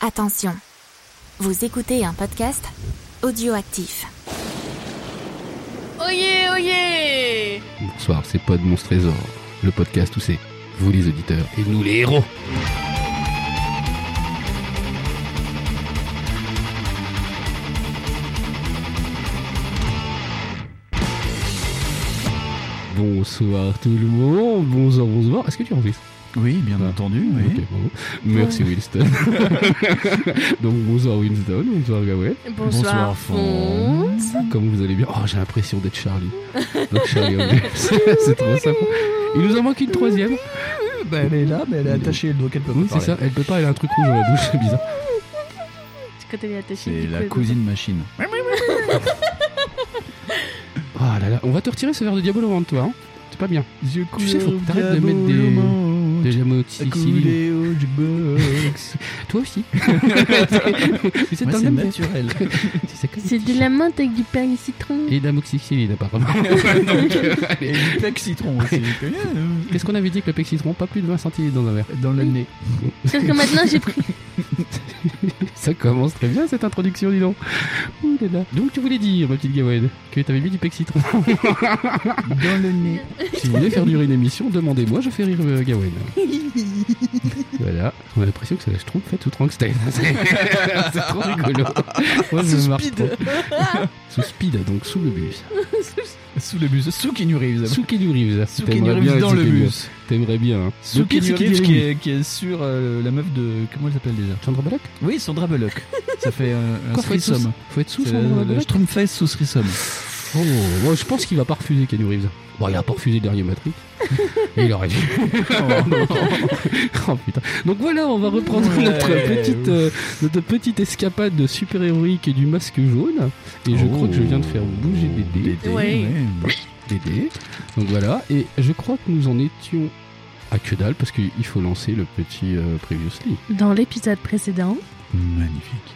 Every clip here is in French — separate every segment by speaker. Speaker 1: Attention, vous écoutez un podcast audioactif.
Speaker 2: Oyez, oyez
Speaker 3: Bonsoir, c'est Pod Monstre Trésor, le podcast où c'est vous les auditeurs et nous les héros. Bonsoir tout le monde, bonsoir, bonsoir. Est-ce que tu enregistres
Speaker 4: Oui, bien
Speaker 3: Ah.
Speaker 4: entendu, oui.
Speaker 3: Ok, bravo. Merci Winston. Donc bonsoir Winston, bonsoir Gabriel.
Speaker 2: Bonsoir,
Speaker 4: Bonsoir, Fonz.
Speaker 2: Fonz.
Speaker 3: Comment vous allez bien Oh, j'ai l'impression d'être Charlie. Donc Charlie Hebdo. c'est trop sympa. Il nous en manque une troisième.
Speaker 4: Bah, elle est là, mais elle est attachée, elle doit quelque
Speaker 3: Oui, c'est ça. Elle peut pas, elle a un truc rouge dans la bouche, c'est bizarre.
Speaker 2: Tu côté la tâche,
Speaker 4: C'est
Speaker 2: du
Speaker 4: la
Speaker 2: coup,
Speaker 4: cousine machine.
Speaker 3: Ah là là, on va te retirer ce verre de diabolo avant de toi. Hein. C'est pas bien. Tu sais, faut que t'arrêtes de mettre des- Des diaboloticides. Toi aussi. Mais c'est
Speaker 4: Ouais,
Speaker 3: un
Speaker 4: c'est
Speaker 3: même verre.
Speaker 4: naturel.
Speaker 3: C'est comme
Speaker 2: euh, C'est de la menthe avec du pain et citron.
Speaker 3: Et d'amoxicilline apparemment. Donc, euh, allez.
Speaker 4: Et du plaque citron aussi. euh,
Speaker 3: Qu'est-ce qu'on avait dit que le pexitron Pas plus de 20 centilitres dans un verre.
Speaker 4: Dans le nez.
Speaker 2: Sauf que maintenant j'ai pris.
Speaker 3: Ça commence très bien cette introduction, dis donc. Ouh là là. Donc tu voulais dire, ma petite Gawain, que t'avais mis du pexitron.
Speaker 4: Dans le nez.
Speaker 3: Si vous voulez faire durer une émission, demandez-moi, je fais rire euh, Gawain. Voilà, on a l'impression que c'est la Schtroumpf faite sous Trankstein. C'est c'est trop rigolo. Moi, je me marre trop. Sous Speed, donc sous le bus.
Speaker 4: Sous le bus. Sous Keanu Reeves.
Speaker 3: Sous Keanu Reeves.
Speaker 4: Sous
Speaker 3: T'aimerais
Speaker 4: Keanu
Speaker 3: bien
Speaker 4: Reeves dans
Speaker 3: être
Speaker 4: le
Speaker 3: Keanu.
Speaker 4: bus.
Speaker 3: T'aimerais bien. Hein.
Speaker 4: Sous
Speaker 3: Le pire,
Speaker 4: Keanu
Speaker 3: c'est
Speaker 4: Reeves
Speaker 3: Keanu
Speaker 4: qui
Speaker 3: Reeves.
Speaker 4: est, qui est sur euh, la meuf de. Comment elle s'appelle déjà
Speaker 3: Sandra Bullock
Speaker 4: Oui, Sandra Bullock. Ça fait euh, un
Speaker 3: Quoi, faut être sous,
Speaker 4: threesome.
Speaker 3: faut être sous
Speaker 4: C'est
Speaker 3: Sandra
Speaker 4: le- le
Speaker 3: Bullock
Speaker 4: Schtroumpfest sous threesome.
Speaker 3: Oh, moi, je pense qu'il va pas refuser Keanu Reeves. Bon, il a pas refusé le dernier Matrix. il aurait dû. Oh putain. Donc voilà, on va reprendre
Speaker 4: Ouais,
Speaker 3: notre petite
Speaker 4: ouf.
Speaker 3: euh, notre petite escapade de super-héroïque et du masque jaune. Et je crois que je viens
Speaker 4: Oh.
Speaker 3: de faire bouger des dés.
Speaker 2: Ouais.
Speaker 3: Des dés. Donc voilà. Et je crois que nous en étions à que dalle parce qu'il faut lancer le petit euh, previously.
Speaker 2: Dans l'épisode précédent.
Speaker 4: Magnifique.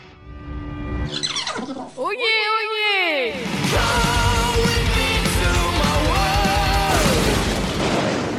Speaker 2: Oyez, oyez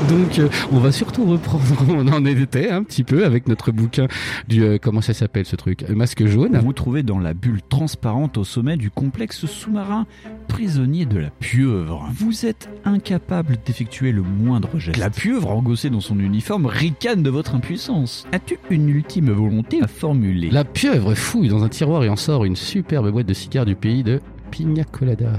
Speaker 3: Donc euh, on va surtout reprendre où on en était un petit peu avec notre bouquin du euh, comment ça s'appelle ce truc Le masque jaune.
Speaker 4: Vous trouvez dans la bulle transparente au sommet du complexe sous-marin, prisonnier de la pieuvre. Vous êtes incapable d'effectuer le moindre geste. La pieuvre, engossée dans son uniforme, ricane de votre impuissance. As-tu une ultime volonté à formuler
Speaker 3: La pieuvre fouille dans un tiroir et en sort une superbe boîte de cigares du pays de Pina Colada.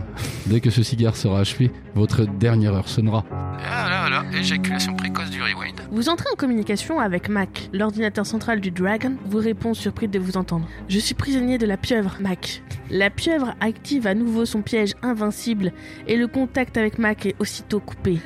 Speaker 3: Dès que ce cigare sera achevé, votre dernière heure sonnera. Ah là là, éjaculation précoce du rewind.
Speaker 2: Vous entrez en communication avec Mac. L'ordinateur central du Dragon vous répond surpris de vous entendre. Je suis prisonnier de la pieuvre, Mac. La pieuvre active à nouveau son piège invincible et le contact avec Mac est aussitôt coupé.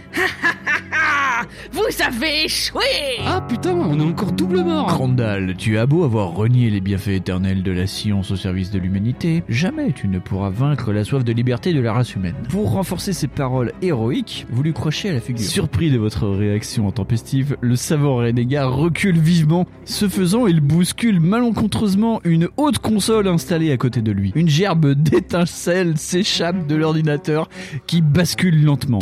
Speaker 2: vous avez échoué
Speaker 3: Ah putain, on est encore double mort
Speaker 4: Crandall, tu as beau avoir renié les bienfaits éternels de la science au service de l'humanité, jamais tu ne pourras vaincre la soif de liberté de la race humaine. Pour renforcer ses paroles héroïques, vous lui crochez à la figure. Surpris de votre réaction intempestive, le savant renégat recule vivement. Ce faisant, il bouscule malencontreusement une haute console installée à côté de lui. Une gerbe d'étincelles s'échappe de l'ordinateur qui bascule lentement.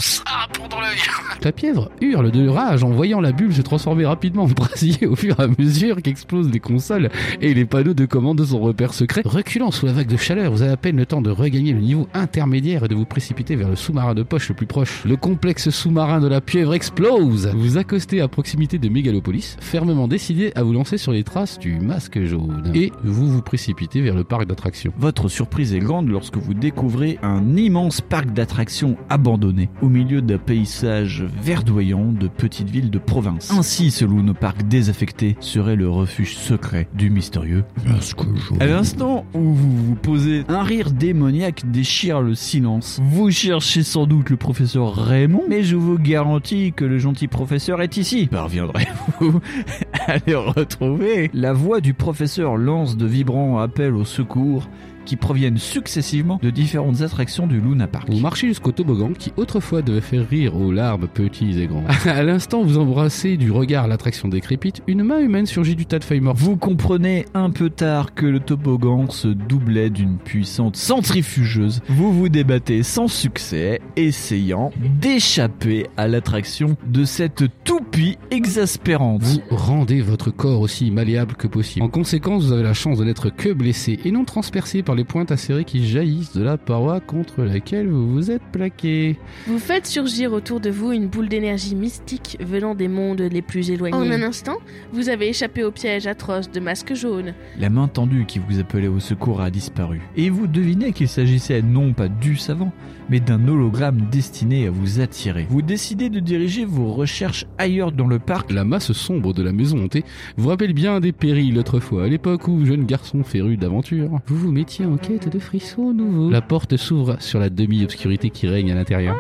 Speaker 3: La pieuvre hurle de rage en voyant la bulle se transformer rapidement en brasier au fur et à mesure qu'explosent les consoles et les panneaux de commande de son repère secret. Reculant sous la vague de chaleur, vous avez à peine le temps de regagner le niveau intermédiaire et de vous précipiter vers le sous-marin de poche le plus proche. Le complexe sous-marin de la pieuvre explose Vous accostez à proximité de Mégalopolis, fermement décidé à vous lancer sur les traces du masque jaune. Et vous vous précipitez vers le parc d'attractions.
Speaker 4: Votre surprise est grande lorsque vous découvrez un immense parc d'attractions abandonné, au milieu d'un paysage verdoyant de petites villes de province. Ainsi, ce Luno Park désaffecté serait le refuge secret du mystérieux.
Speaker 3: Masque jaune.
Speaker 4: À l'instant où vous vous posez, un rire démoniaque déchire le silence. Vous cherchez sans doute le professeur Raymond, mais je vous garantis que le gentil professeur est ici. Parviendrez-vous à le retrouver La voix du professeur lance de vibrants appels au secours qui proviennent successivement de différentes attractions du Luna Park.
Speaker 3: Vous marchez jusqu'au toboggan qui autrefois devait faire rire aux larmes petits et grands. À l'instant, vous embrassez du regard l'attraction décrépite, une main humaine surgit du tas de feuilles mortes.
Speaker 4: Vous comprenez un peu tard que le toboggan se doublait d'une puissante centrifugeuse. Vous vous débattez sans succès, essayant d'échapper à l'attraction de cette toupie exaspérante.
Speaker 3: Vous rendez votre corps aussi malléable que possible. En conséquence, vous avez la chance de n'être que blessé et non transpercé par les pointes acérées qui jaillissent de la paroi contre laquelle vous vous êtes plaqué.
Speaker 2: Vous faites surgir autour de vous une boule d'énergie mystique venant des mondes les plus éloignés. En un instant, vous avez échappé au piège atroce de masque jaune.
Speaker 4: La main tendue qui vous appelait au secours a disparu. Et vous devinez qu'il s'agissait non pas du savant, mais d'un hologramme destiné à vous attirer. Vous décidez de diriger vos recherches ailleurs dans le parc.
Speaker 3: La masse sombre de la maison hantée vous rappelle bien des périls autrefois, à l'époque où, jeune garçon féru d'aventure, vous vous mettiez en quête de frissons nouveaux. La porte s'ouvre sur la demi-obscurité qui règne à l'intérieur.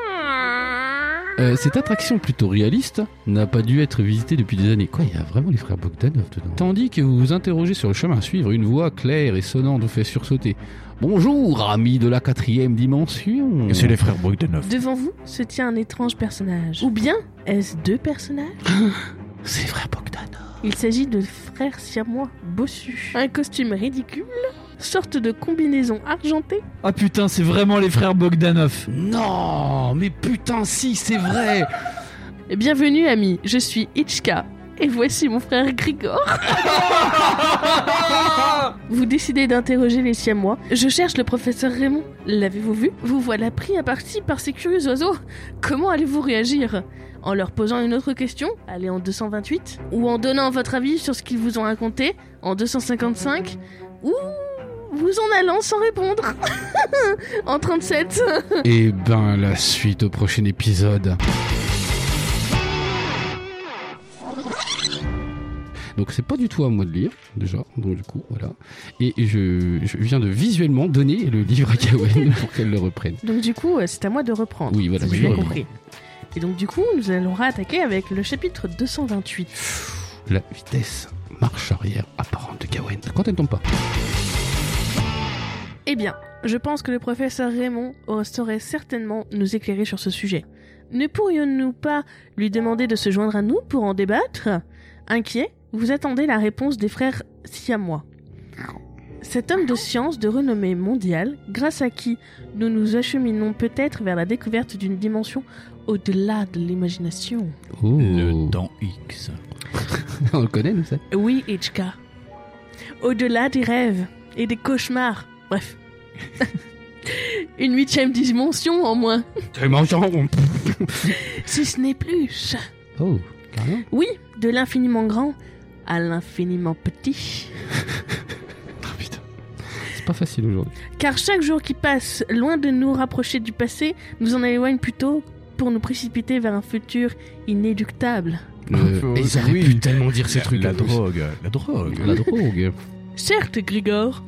Speaker 3: Euh, cette attraction plutôt réaliste n'a pas dû être visitée depuis des années. Quoi, il y a vraiment les frères Bogdanov dedans. Tandis que vous vous interrogez sur le chemin à suivre, une voix claire et sonnante vous fait sursauter. Bonjour, amis de la quatrième dimension.
Speaker 4: C'est les frères Bogdanov.
Speaker 2: Devant vous se tient un étrange personnage. Ou bien est-ce deux personnages
Speaker 3: C'est frère Bogdanov.
Speaker 2: Il s'agit de frère siamois bossu. Un costume ridicule, sorte de combinaison argentée.
Speaker 4: Ah putain, c'est vraiment les frères Bogdanov.
Speaker 3: Non, mais putain, si, c'est vrai.
Speaker 2: Bienvenue amis, je suis Ichka. Et voici mon frère Grigor. Vous décidez d'interroger les siamois. Je cherche le professeur Raymond. L'avez-vous vu Vous voilà pris à partie par ces curieux oiseaux. Comment allez-vous réagir En leur posant une autre question Allez en 228 Ou en donnant votre avis sur ce qu'ils vous ont raconté En 255 Ou vous en allant sans répondre En 37
Speaker 3: Et ben, la suite au prochain épisode. Donc c'est pas du tout à moi de lire déjà, donc du coup voilà. Et je, je viens de visuellement donner le livre à Gawain pour qu'elle le reprenne.
Speaker 2: Donc du coup, euh, c'est à moi de reprendre.
Speaker 3: Oui, voilà,
Speaker 2: si
Speaker 3: oui,
Speaker 2: j'ai bien
Speaker 3: je
Speaker 2: compris. Et donc du coup, nous allons attaquer avec le chapitre 228.
Speaker 3: La vitesse marche arrière apparente de Gawain quand elle tombe pas.
Speaker 2: Eh bien, je pense que le professeur Raymond saurait certainement nous éclairer sur ce sujet. Ne pourrions-nous pas lui demander de se joindre à nous pour en débattre Inquiet, vous attendez la réponse des frères Siamois. Cet homme de science de renommée mondiale, grâce à qui nous nous acheminons peut-être vers la découverte d'une dimension au-delà de l'imagination.
Speaker 3: Oh,
Speaker 4: Le temps X.
Speaker 3: on le connaît nous ça.
Speaker 2: Oui, Ichka. Au-delà des rêves et des cauchemars. Bref. Une huitième dimension en moins,
Speaker 3: C'est mangeant.
Speaker 2: si ce n'est plus.
Speaker 3: Oh, carrément.
Speaker 2: Oui, de l'infiniment grand à l'infiniment petit.
Speaker 3: Ah, putain. C'est pas facile aujourd'hui.
Speaker 2: Car chaque jour qui passe, loin de nous rapprocher du passé, nous en éloigne plutôt pour nous précipiter vers un futur inéluctable.
Speaker 3: Euh,
Speaker 4: Faut-
Speaker 3: ils auraient
Speaker 4: oui.
Speaker 3: pu tellement dire ces trucs. en plus.
Speaker 4: la drogue.
Speaker 3: La drogue.
Speaker 2: Certes, Grigor,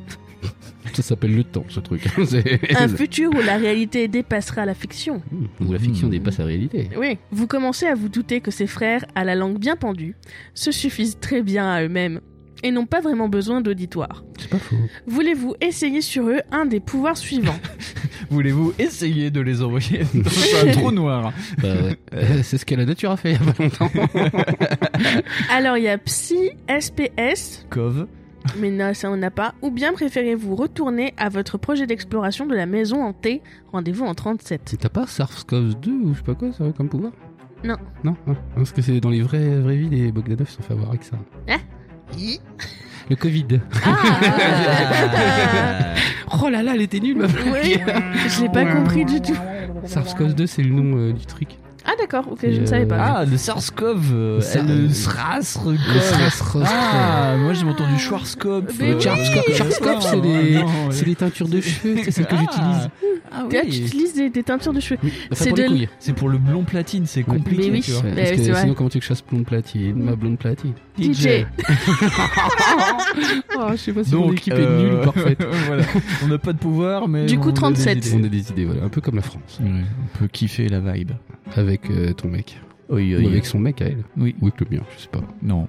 Speaker 3: Ça s'appelle le temps ce truc.
Speaker 2: un
Speaker 3: C'est-
Speaker 2: futur où la réalité dépassera la fiction.
Speaker 3: Mmh, Où la fiction dépasse la réalité.
Speaker 2: Oui, vous commencez à vous douter que ces frères, à la langue bien pendue, se suffisent très bien à eux-mêmes et n'ont pas vraiment besoin d'auditoire.
Speaker 3: C'est pas faux.
Speaker 2: Voulez-vous essayer sur eux un des pouvoirs suivants
Speaker 4: Voulez-vous essayer de les envoyer dans un trou noir
Speaker 3: Bah ouais. Euh, C'est ce que la nature a fait il y a pas longtemps.
Speaker 2: Alors il y a Psy, SPS,
Speaker 4: Cove.
Speaker 2: Mais non, ça on n'a pas. Ou bien préférez-vous retourner à votre projet d'exploration de la maison hantée Rendez-vous en 37.
Speaker 3: T'as pas SARS-CoV 2 ou je sais pas quoi ça comme pouvoir
Speaker 2: Non.
Speaker 3: Non hein. Parce que c'est dans les vraies, vraies vies, les Bogdanov se sont fait avoir avec ça.
Speaker 2: Hein
Speaker 3: Le Covid.
Speaker 2: Ah
Speaker 3: Oh là là, elle était nulle ma blague.
Speaker 2: Oui, je l'ai pas compris du tout.
Speaker 3: SARS-CoV 2, c'est le nom euh, du truc.
Speaker 2: Ah d'accord, ok, je
Speaker 3: Euh,
Speaker 2: ne savais pas.
Speaker 4: Ah, le SARS-CoV. euh,
Speaker 3: Le Sar-
Speaker 4: le SRAS-CoV.
Speaker 3: Le SARS-CoV.
Speaker 4: Ah, moi j'ai entendu Schwarzkopf.
Speaker 2: Mais
Speaker 4: euh,
Speaker 2: oui.
Speaker 3: Schwarzkopf, Schwarzkopf, c'est des-
Speaker 4: Non,
Speaker 3: C'est les teintures de cheveux, c'est celle que
Speaker 4: Ah.
Speaker 3: j'utilise.
Speaker 4: Ah
Speaker 2: Là, tu
Speaker 4: oui.
Speaker 2: utilises des, des teintures de cheveux.
Speaker 3: Oui, enfin,
Speaker 2: C'est
Speaker 3: pour les
Speaker 2: de-
Speaker 3: couilles.
Speaker 4: C'est pour le blond platine, c'est compliqué.
Speaker 2: Mais oui.
Speaker 4: tu vois.
Speaker 3: Ouais,
Speaker 2: Mais
Speaker 3: parce
Speaker 2: oui,
Speaker 3: que
Speaker 2: c'est vrai.
Speaker 3: sinon, comment tu veux que je fasse blonde platine Ma blonde platine.
Speaker 2: DJ.
Speaker 3: Oh, je sais pas si mon
Speaker 4: Donc,
Speaker 3: équipe est
Speaker 4: euh,
Speaker 3: nulle ou parfaite.
Speaker 4: voilà. On n'a pas de pouvoir, mais.
Speaker 2: Du coup,
Speaker 4: on a des
Speaker 2: 37.
Speaker 4: idées.
Speaker 3: On a des idées, voilà, un peu comme la France.
Speaker 4: Ouais, on peut kiffer la vibe.
Speaker 3: Avec euh, ton mec.
Speaker 4: Oui,
Speaker 3: Ou avec son mec à elle.
Speaker 4: Oui.
Speaker 3: Ou avec le mien, je sais pas.
Speaker 4: Non.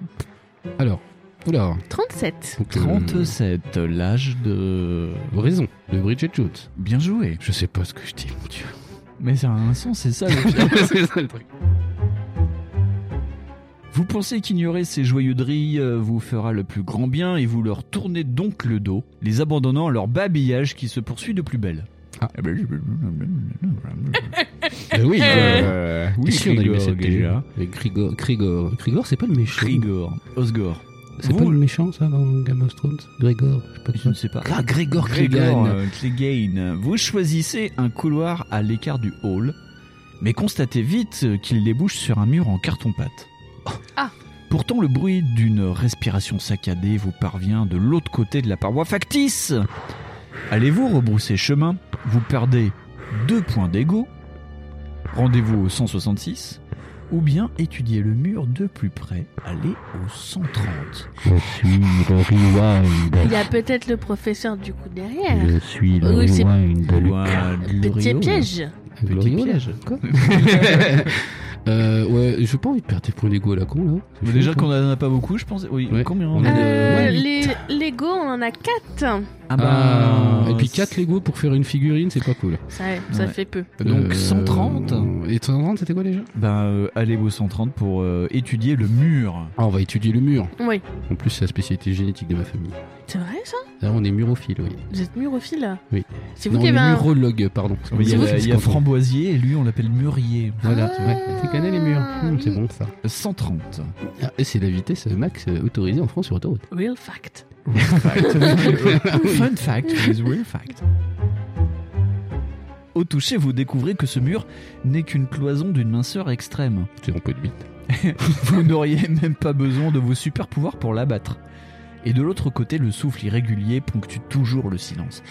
Speaker 3: Alors, Oula.
Speaker 2: 37.
Speaker 3: Donc, euh,
Speaker 4: 37, l'âge de...
Speaker 3: Raison de Bridget Jones.
Speaker 4: Bien joué.
Speaker 3: Je sais pas ce que je dis, mon dieu.
Speaker 4: Mais ça a un sens, c'est ça le pire.
Speaker 3: c'est ça le truc.
Speaker 4: Vous pensez qu'ignorer ces joyeuderies euh, vous fera le plus grand bien et vous leur tournez donc le dos, les abandonnant à leur babillage qui se poursuit de plus belle.
Speaker 3: Ah.
Speaker 4: Eh ben, je-
Speaker 3: Euh,
Speaker 2: Eh.
Speaker 3: oui, euh,
Speaker 4: Euh,
Speaker 3: oui, si on allumait cette télé.
Speaker 4: déjà.
Speaker 3: Avec Grigor, Grigor, Grigor, c'est pas le méchant.
Speaker 4: Grigor, Osgore.
Speaker 3: C'est
Speaker 4: Vous-
Speaker 3: pas le méchant, ça, dans Game of Thrones Grigor, je sais pas
Speaker 4: Je
Speaker 3: quoi.
Speaker 4: ne sais pas.
Speaker 3: Ah, Grégor
Speaker 4: Grégor,
Speaker 3: Clegane.
Speaker 4: euh, Clegane. Vous choisissez un couloir à l'écart du hall, mais constatez vite euh, qu'il débouche sur un mur en carton-pâte.
Speaker 2: Ah.
Speaker 4: Pourtant, le bruit d'une respiration saccadée vous parvient de l'autre côté de la paroi factice. Allez-vous rebrousser chemin Vous perdez deux points d'ego. Rendez-vous au 166. Ou bien étudiez le mur de plus près. Allez au 130.
Speaker 3: Je suis le rewind.
Speaker 2: Il y a peut-être le professeur du coup derrière.
Speaker 3: suis
Speaker 2: le Oui, c'est-
Speaker 3: rewind
Speaker 4: Loin de
Speaker 2: Petit
Speaker 4: l'Oriole.
Speaker 2: piège.
Speaker 3: Glorio, là,
Speaker 4: piège.
Speaker 3: Quoi euh, Ouais, j'ai pas envie de perdre tes points d'égo à la con, là.
Speaker 4: Mais
Speaker 3: C'est
Speaker 4: Bah, déjà
Speaker 3: chaud,
Speaker 4: qu'on en a pas beaucoup, je pense. Oui,
Speaker 3: Ouais.
Speaker 4: combien
Speaker 3: On
Speaker 4: on
Speaker 3: en a-
Speaker 4: a
Speaker 2: Euh,
Speaker 3: Ouais,
Speaker 2: les Lego, on en a 4.
Speaker 4: Ah
Speaker 3: Ah, et puis 4
Speaker 4: les.
Speaker 3: Lego pour faire une figurine, c'est pas cool.
Speaker 2: Ça, ça
Speaker 4: Ouais.
Speaker 2: fait peu.
Speaker 4: Donc
Speaker 3: Euh,
Speaker 4: 130
Speaker 3: Et 130, c'était quoi déjà
Speaker 4: Ben, euh, allez au 130 pour euh, étudier le mur.
Speaker 3: Ah, on va étudier le mur.
Speaker 2: Oui.
Speaker 3: En plus, c'est la spécialité génétique de ma famille.
Speaker 2: C'est vrai ça
Speaker 3: Là, on est murophile, oui.
Speaker 2: Vous êtes murophile
Speaker 3: Oui.
Speaker 2: C'est vous
Speaker 3: Non,
Speaker 2: qui
Speaker 3: on
Speaker 2: avez
Speaker 3: est
Speaker 2: un.
Speaker 3: murologue, pardon.
Speaker 4: Il y
Speaker 3: C'est
Speaker 4: a,
Speaker 3: vous qui
Speaker 4: il y a
Speaker 3: dites quand on-
Speaker 4: framboisier et lui, on l'appelle mûrier.
Speaker 3: Voilà,
Speaker 2: Ah,
Speaker 3: ouais, tu connais les murs. Hum,
Speaker 2: oui.
Speaker 3: C'est bon, ça.
Speaker 4: 130.
Speaker 3: Ah, et c'est la vitesse max euh, autorisée en France sur autoroute.
Speaker 2: Real fact.
Speaker 4: Fun fact with real fact. Au toucher, vous découvrez que ce mur n'est qu'une cloison d'une minceur extrême.
Speaker 3: C'est un peu de bite.
Speaker 4: Vous n'auriez même pas besoin de vos super pouvoirs pour l'abattre. Et de l'autre côté, le souffle irrégulier ponctue toujours le silence.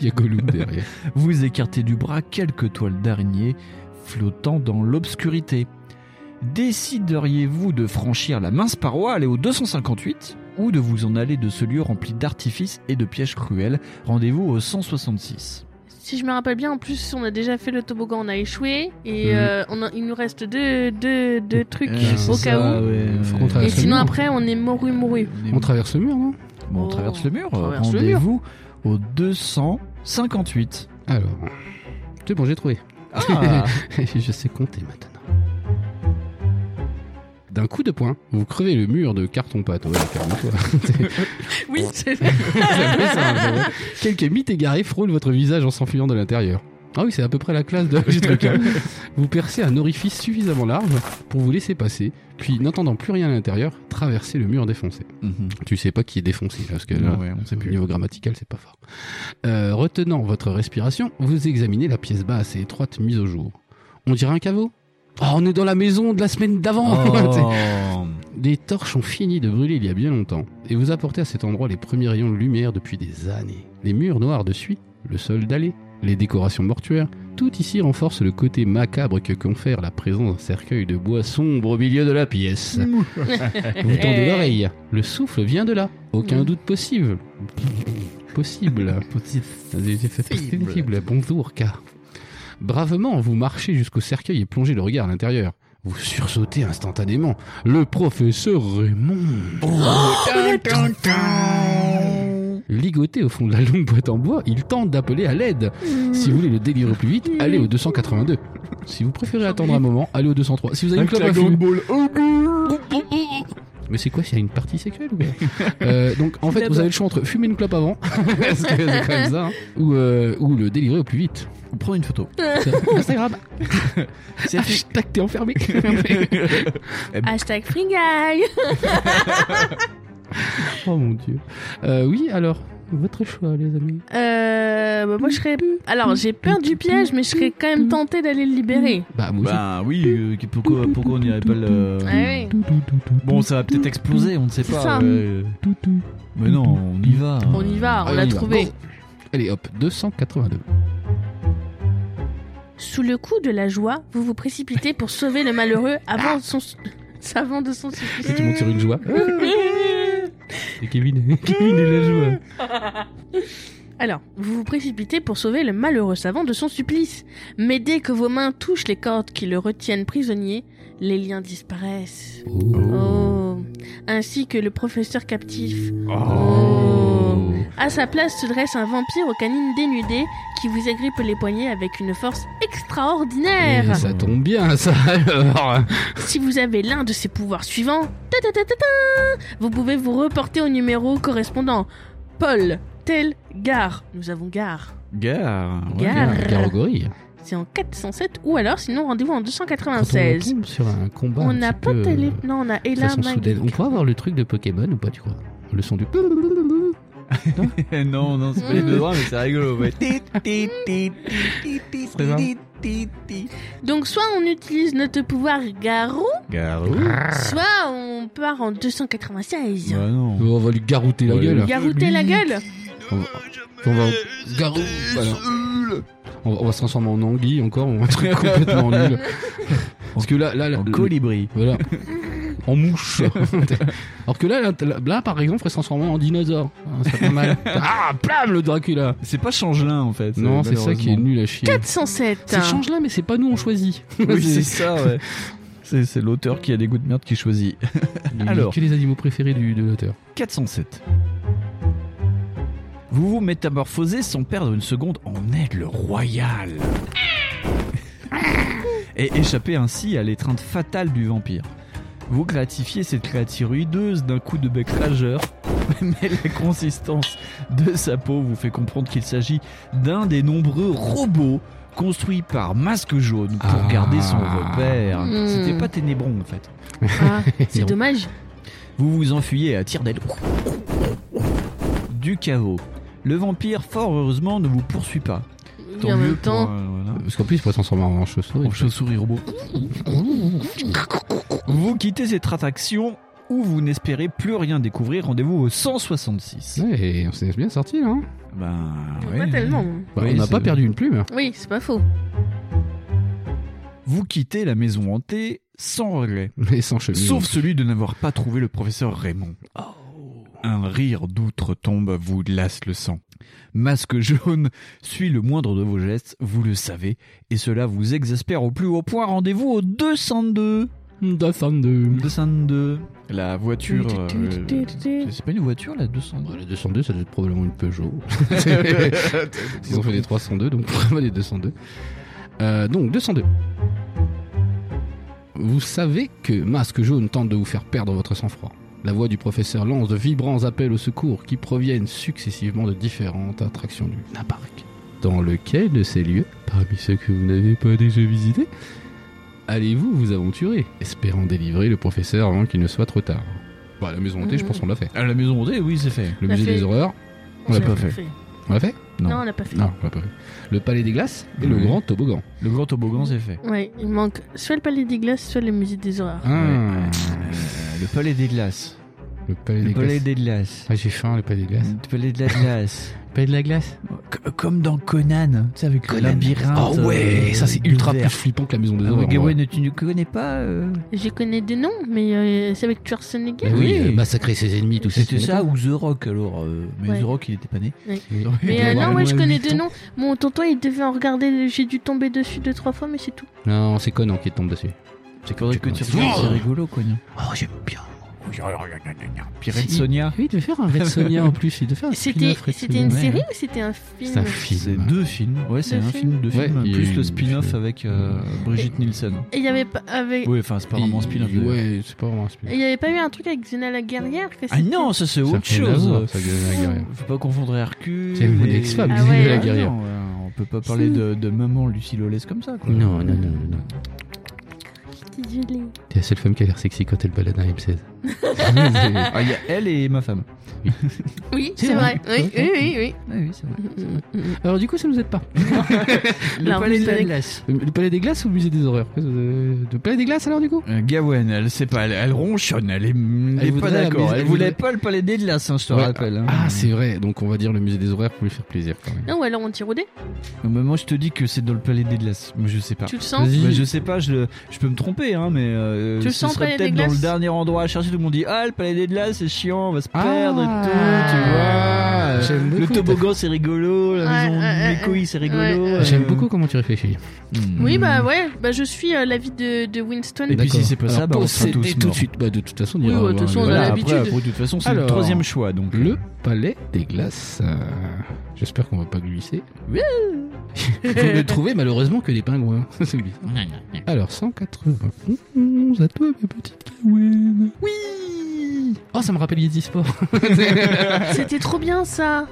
Speaker 3: Il y a Gollum derrière.
Speaker 4: Vous écartez du bras quelques toiles d'araignée flottant dans l'obscurité. Décideriez-vous de franchir la mince paroi, aller au 258, ou de vous en aller de ce lieu rempli d'artifices et de pièges cruels Rendez-vous au 166.
Speaker 2: Si je me rappelle bien, en plus, on a déjà fait le toboggan, on a échoué. Et
Speaker 3: Mhm.
Speaker 2: euh, on a- il nous reste deux, deux, deux trucs
Speaker 4: Euh,
Speaker 3: c'est
Speaker 2: au cas où.
Speaker 3: Faut qu'on
Speaker 2: Et
Speaker 3: traverse
Speaker 2: sinon, après,
Speaker 3: absolument.
Speaker 2: on est mouru, mouru.
Speaker 3: On traverse le mur, non
Speaker 4: Bon, on traverse le mur.
Speaker 2: On traverse le mur.
Speaker 4: Rendez-vous au 258.
Speaker 3: Alors. C'est bon, j'ai trouvé.
Speaker 4: Ah.
Speaker 3: Je sais compter maintenant. D'un coup de poing, vous crevez le mur de carton-pâte. Ouais, calme-toi.
Speaker 2: Oui, c'est vrai.
Speaker 3: C'est vrai, c'est un peu vrai. hein. Quelques mythes égarés frôlent votre visage en s'enfuyant de l'intérieur. Ah oui, c'est à peu près la classe de- du truc. hein. Vous percez un orifice suffisamment large pour vous laisser passer, puis n'entendant plus rien à l'intérieur, traversez le mur défoncé.
Speaker 4: Mhm.
Speaker 3: Tu sais pas qui est défoncé, là, parce que là,
Speaker 4: Non, ouais, on sait
Speaker 3: au
Speaker 4: plus.
Speaker 3: niveau grammatical, c'est pas fort. Euh, retenant votre respiration, vous examinez la pièce basse et étroite mise au jour. On dirait un caveau Oh, on est dans la maison de la semaine
Speaker 2: Oh,
Speaker 3: d'avant
Speaker 4: Oh.
Speaker 3: C'est- les torches ont fini de brûler il y a bien longtemps, et vous apportez à cet endroit les premiers rayons de lumière depuis des années. Les murs noirs de suie, le sol dallé, les décorations mortuaires, tout ici renforce le côté macabre que confère la présence d'un cercueil de bois sombre au milieu de la pièce. vous tendez l'oreille, le souffle vient de là, aucun
Speaker 2: Mm.
Speaker 3: doute possible. Possible. J'ai j'ai fait
Speaker 4: Possible.
Speaker 3: possible. Bonjour, K. Bravement, vous marchez jusqu'au cercueil et plongez le regard à l'intérieur. Vous sursautez instantanément. Le professeur Raymond. Ligoté au fond de la longue boîte en bois, il tente d'appeler à l'aide. Si vous voulez le délivrer plus vite, allez au 282. Si vous préférez attendre un moment, allez au 203. Si vous avez une clope à feu. Mais c'est quoi, s'il y a une partie sexuelle ou quoi Euh, Donc en fait, vous avez le choix entre fumer une clope avant, parce que c'est quand même ça, hein, ou, euh, ou le délivrer au plus vite.
Speaker 4: On prend une photo.
Speaker 3: C'est- Instagram,
Speaker 2: Ah,
Speaker 4: C'est fait.
Speaker 3: hashtag t'es enfermé.
Speaker 2: Hashtag free guy.
Speaker 3: oh mon dieu. Euh, oui, alors, votre choix, les amis.
Speaker 2: Euh, bah, moi, je serais. Alors, j'ai peur du piège, mais je serais quand même tentée d'aller le libérer.
Speaker 3: Bah, moi aussi.
Speaker 4: Bah oui, euh, pourquoi, pourquoi on n'irait pas le.
Speaker 2: Ah oui.
Speaker 4: Bon, ça va peut-être exploser, on ne sait
Speaker 2: C'est
Speaker 4: pas.
Speaker 2: ça.
Speaker 4: ouais. euh. Mais non, on y va. hein.
Speaker 2: On y va, on
Speaker 3: Allez,
Speaker 2: l'a
Speaker 3: y va.
Speaker 2: trouvé.
Speaker 3: Go. Ah Allez, hop, 282.
Speaker 2: Sous le coup de la joie, vous vous précipitez pour sauver le malheureux
Speaker 3: Ah.
Speaker 2: avant de son savant de son
Speaker 3: Et tu
Speaker 2: supplice.
Speaker 3: montes sur une joie. Et Kevin, Kevin est la joie.
Speaker 2: Alors, vous vous précipitez pour sauver le malheureux savant de son supplice. Mais dès que vos mains touchent les cordes qui le retiennent prisonnier, les liens disparaissent. Oh, ainsi que le professeur captif.
Speaker 4: Oh.
Speaker 2: À sa place se dresse un vampire aux canines dénudées qui vous agrippe les poignets avec une force extraordinaire.
Speaker 3: Et ça tombe bien, ça alors.
Speaker 2: Oh. Si vous avez l'un de ces pouvoirs suivants, ta ta ta ta ta, vous pouvez vous reporter au numéro correspondant. Paul, tel, gare. Nous avons gare.
Speaker 4: Gare. ouais.
Speaker 2: Gare.
Speaker 3: Gargouille.
Speaker 2: C'est en 407 ou alors sinon rendez-vous en
Speaker 3: Quand on
Speaker 2: 296.
Speaker 3: tombe sur un combat.
Speaker 2: On
Speaker 3: un
Speaker 2: n'a
Speaker 3: petit
Speaker 2: pas
Speaker 3: peu,
Speaker 2: télé.
Speaker 3: euh,
Speaker 2: Non, on a
Speaker 3: de
Speaker 2: Ella
Speaker 3: façon soudaine.
Speaker 2: Magic.
Speaker 3: On pourrait avoir le truc de Pokémon ou pas, tu crois Le son du.
Speaker 4: non, non, c'est pas les deux droits, mais c'est rigolo. Ouais. Ti, ti, ti, ti, ti,
Speaker 3: C'est ça.
Speaker 4: ti, ti, ti.
Speaker 2: Donc soit on utilise notre pouvoir garou,
Speaker 4: Garou
Speaker 3: Ah.
Speaker 2: soit on part en 296.
Speaker 4: Bah non.
Speaker 3: on va lui garouter la
Speaker 4: Ouais.
Speaker 3: gueule.
Speaker 2: Garouter la gueule
Speaker 3: On va- on va- Garou, voilà. On va, on va se transformer en anguille encore ou un truc complètement nul. Parce que là, là, là
Speaker 4: En
Speaker 3: le-
Speaker 4: colibri.
Speaker 3: voilà. En mouche. Alors que là, là, là, là, par exemple, on pourrait se transformer en dinosaure. Ah, C'est pas mal. Ah, plam le Dracula.
Speaker 4: C'est pas Changelin en fait.
Speaker 3: Non, c'est ça qui est nul à chier.
Speaker 2: 407
Speaker 3: C'est change là, mais c'est pas nous, on choisit.
Speaker 4: Oui, c'est ça, ouais. C'est c'est l'auteur qui a des goûts de merde qui choisit. Alors.
Speaker 3: Alors. Quels les animaux préférés du, de l'auteur
Speaker 4: 407. Vous vous métamorphosez sans perdre une seconde en aigle royale. Et échappez ainsi à l'étreinte fatale du vampire. Vous gratifiez cette créature hideuse d'un coup de bec rageur, mais la consistance de sa peau vous fait comprendre qu'il s'agit d'un des nombreux robots construits par Masque Jaune pour
Speaker 3: Ah.
Speaker 4: garder son repère.
Speaker 2: Hmm.
Speaker 4: C'était pas Ténébron en fait.
Speaker 2: Ah, c'est dommage.
Speaker 4: Vous vous enfuyez à tire d'aile du chaos. Le vampire, fort heureusement, ne vous poursuit pas.
Speaker 2: Oui,
Speaker 4: Tant
Speaker 2: en
Speaker 4: mieux
Speaker 2: même temps.
Speaker 4: pour, euh, voilà,
Speaker 3: Parce qu'en plus, il pourrait se transformer en chauve-souris.
Speaker 4: en chauve-souris robot. Vous quittez cette attraction où vous n'espérez plus rien découvrir. Rendez-vous au 166.
Speaker 3: Ouais, et on s'est bien sorti, là. hein.
Speaker 4: Ben,
Speaker 2: Pas
Speaker 4: ouais.
Speaker 2: tellement.
Speaker 3: Bah,
Speaker 4: Oui,
Speaker 3: on n'a
Speaker 4: c'est-
Speaker 3: pas perdu une plume.
Speaker 2: Oui, c'est pas faux.
Speaker 4: Vous quittez la maison hantée sans regret.
Speaker 3: Mais sans chemise.
Speaker 4: Sauf celui de n'avoir pas trouvé le professeur Raymond. Un rire d'outre-tombe vous glace le sang. Masque jaune suit le moindre de vos gestes, vous le savez, et cela vous exaspère au plus haut point. Rendez-vous au 202.
Speaker 3: 202.
Speaker 4: 202. La voiture. euh, c'est pas une voiture la 202
Speaker 3: Bah, la 202, ça doit être probablement une Peugeot. Ils ont fait des 302, donc probablement des 202. Euh, donc, 202. Vous savez que Masque Jaune tente de vous faire perdre votre sang-froid. La voix du professeur lance de vibrants appels au secours qui proviennent successivement de différentes attractions du parc. Dans lequel de ces lieux, parmi ceux que vous n'avez pas déjà visités, allez-vous vous aventurer, espérant délivrer le professeur avant qu'il ne soit trop tard Bah, la maison hantée, je pense qu'on l'a fait.
Speaker 4: À la maison hantée, oui, c'est fait.
Speaker 3: Le
Speaker 2: On l'a
Speaker 3: musée
Speaker 2: fait.
Speaker 3: des horreurs,
Speaker 2: On
Speaker 4: l'a
Speaker 2: l'a
Speaker 4: pas fait.
Speaker 3: on l'a fait
Speaker 2: Non,
Speaker 4: Non.
Speaker 2: on l'a pas fait.
Speaker 3: Non, on l'a pas fait. Le palais des glaces et le
Speaker 4: Oui.
Speaker 3: grand toboggan.
Speaker 4: Le grand toboggan, c'est fait.
Speaker 2: Ouais, il manque soit le palais des glaces, soit le musée des horreurs.
Speaker 3: Ah,
Speaker 4: le palais des glaces.
Speaker 3: le palais
Speaker 4: Euh, Le
Speaker 3: des
Speaker 4: palais
Speaker 3: glaces.
Speaker 4: des glaces.
Speaker 3: Ah, j'ai faim, le palais des glaces.
Speaker 4: Le palais de la glace.
Speaker 3: Le palais de la glace
Speaker 4: C- Comme dans Conan, tu sais, avec le labyrinthe.
Speaker 3: Oh ouais,
Speaker 4: euh,
Speaker 3: ça c'est ultra
Speaker 4: de
Speaker 3: plus
Speaker 4: verre.
Speaker 3: flippant que la maison des
Speaker 4: Ah
Speaker 3: horreurs.
Speaker 4: ouais,
Speaker 3: en vrai.
Speaker 4: Gawain, tu ne connais pas euh,
Speaker 2: Je connais des noms, mais euh, c'est avec
Speaker 3: Bah
Speaker 2: Schwarzenegger.
Speaker 3: oui,
Speaker 4: Oui.
Speaker 3: euh, massacrer ses ennemis, tout ça.
Speaker 4: C'était ça ou The Rock alors euh, Mais
Speaker 2: Ouais.
Speaker 4: The Rock il était pas né.
Speaker 3: Oui.
Speaker 2: Mais euh,
Speaker 3: Ouais,
Speaker 2: non,
Speaker 3: ouais,
Speaker 2: ouais, je
Speaker 3: ouais,
Speaker 2: connais
Speaker 3: huit
Speaker 2: deux
Speaker 3: ans.
Speaker 2: noms. Mon tonton, il devait en regarder. le- J'ai dû tomber dessus deux, trois fois, mais c'est tout.
Speaker 3: Non, c'est Conan qui tombe dessus.
Speaker 4: C'est quand que tu
Speaker 3: tu-
Speaker 4: regardes,
Speaker 3: Oh.
Speaker 4: c'est rigolo quoi. non
Speaker 3: Oh, j'aime bien.
Speaker 4: Pirate Sonia.
Speaker 3: Oui, il devait faire un Red Sonia en plus. Il devait faire un
Speaker 2: C'était
Speaker 3: spin-off Red
Speaker 2: c'était
Speaker 3: Sonia.
Speaker 2: une
Speaker 4: ouais.
Speaker 2: série ou c'était un film
Speaker 3: C'est un
Speaker 4: C'est
Speaker 3: film.
Speaker 4: deux films. Ouais, c'est
Speaker 2: Deux
Speaker 4: un film, deux
Speaker 3: Ouais,
Speaker 4: films.
Speaker 3: il y a
Speaker 4: plus
Speaker 3: eu
Speaker 4: le
Speaker 3: une
Speaker 4: spin-off
Speaker 3: film.
Speaker 4: avec euh, Brigitte Nielsen.
Speaker 2: Et il y avait pas avec.
Speaker 4: Oui, enfin c'est pas vraiment un spin-off.
Speaker 3: Il-
Speaker 4: d'ailleurs.
Speaker 3: Ouais, c'est pas vraiment un spin-off.
Speaker 2: Il y avait pas eu un truc avec Xena la guerrière que
Speaker 4: Ah
Speaker 2: c'était-
Speaker 4: non, ça c'est
Speaker 3: Ça
Speaker 4: autre
Speaker 3: fait
Speaker 4: chose.
Speaker 3: naze, ça, Xena la guerrière.
Speaker 4: Faut pas confondre Hercule.
Speaker 3: C'est une
Speaker 4: et-
Speaker 3: ex-femme,
Speaker 2: Ah ouais.
Speaker 4: Ah
Speaker 3: la guerrière.
Speaker 4: non, ouais, On peut pas parler de, de maman Lucie Lawless comme ça quoi.
Speaker 3: Non, non, non, non, non.
Speaker 2: C'était gelé.
Speaker 3: T'es la seule femme qui a l'air sexy quand elle balade un M16.
Speaker 4: Ah, il y a elle et ma femme.
Speaker 2: Oui,
Speaker 3: C'est
Speaker 2: c'est vrai.
Speaker 3: vrai.
Speaker 2: Oui, oui, oui, oui.
Speaker 4: Ah oui, c'est vrai.
Speaker 3: Alors, du coup, ça nous aide pas.
Speaker 4: Le
Speaker 2: Alors,
Speaker 4: palais
Speaker 2: vous
Speaker 4: de la
Speaker 2: avez-
Speaker 4: glace.
Speaker 3: Le palais des glaces ou le musée des horreurs Qu'est-ce que vous avez- Le palais des glaces alors du coup
Speaker 4: Euh, Gawen, elle sait pas, elle, elle ronchonne, elle est, elle est pas
Speaker 3: voudrait la
Speaker 4: d'accord.
Speaker 3: maison-
Speaker 4: Elle,
Speaker 3: elle
Speaker 4: voulait
Speaker 3: voudrait-
Speaker 4: pas le palais des glaces, hein, je te
Speaker 3: Ouais.
Speaker 4: rappelle. hein.
Speaker 3: Ah c'est vrai, donc on va dire le musée des horreurs pour lui faire plaisir quand même.
Speaker 2: Non, ou alors on tire au dé.
Speaker 4: Mais moi, je te dis que c'est dans le palais des glaces. Mais je sais pas.
Speaker 2: Tu le sens
Speaker 3: Vas-y.
Speaker 4: Mais je sais pas, je, je peux me tromper, hein, mais euh,
Speaker 2: Tu le
Speaker 4: ce
Speaker 2: sens, palais
Speaker 4: serait
Speaker 2: des
Speaker 4: peut-être dans le
Speaker 2: glaces
Speaker 4: dernier endroit à chercher. marché, tout le monde dit Ah, le palais des glaces, c'est chiant, on va se
Speaker 3: Ah.
Speaker 4: perdre et tout, tu vois.
Speaker 3: J'aime
Speaker 4: le
Speaker 3: beaucoup ta-
Speaker 4: toboggan, c'est rigolo, la
Speaker 2: Ouais,
Speaker 4: maison
Speaker 2: ouais,
Speaker 4: des couilles, c'est rigolo.
Speaker 2: ouais.
Speaker 4: euh,
Speaker 3: J'aime beaucoup comment tu réfléchis.
Speaker 4: hmm.
Speaker 2: Oui, bah ouais, bah je suis euh, l'avis de, de Winston.
Speaker 4: Et puis
Speaker 3: D'accord.
Speaker 4: si c'est pas ça,
Speaker 3: Alors,
Speaker 4: bah, on sera
Speaker 3: posséder
Speaker 4: tous
Speaker 3: tout de
Speaker 4: morts.
Speaker 3: suite. Bah, de toute façon, on
Speaker 2: Oui,
Speaker 3: ira
Speaker 2: ouais, de
Speaker 3: voir
Speaker 2: toute
Speaker 3: le-
Speaker 2: façon, on a
Speaker 3: Voilà.
Speaker 4: Voilà, après,
Speaker 2: l'habitude.
Speaker 4: après, de toute façon, c'est le
Speaker 3: Alors.
Speaker 4: troisième choix. Donc, euh,
Speaker 3: Le palais des glaces. Euh, J'espère qu'on va pas glisser. Vous ne trouvez malheureusement que des pingouins. C'est bizarre. Alors, 191 à toi, ma petite Gwen. Oui Oh, ça me rappelle Yeti Sport.
Speaker 2: C'était trop bien ça.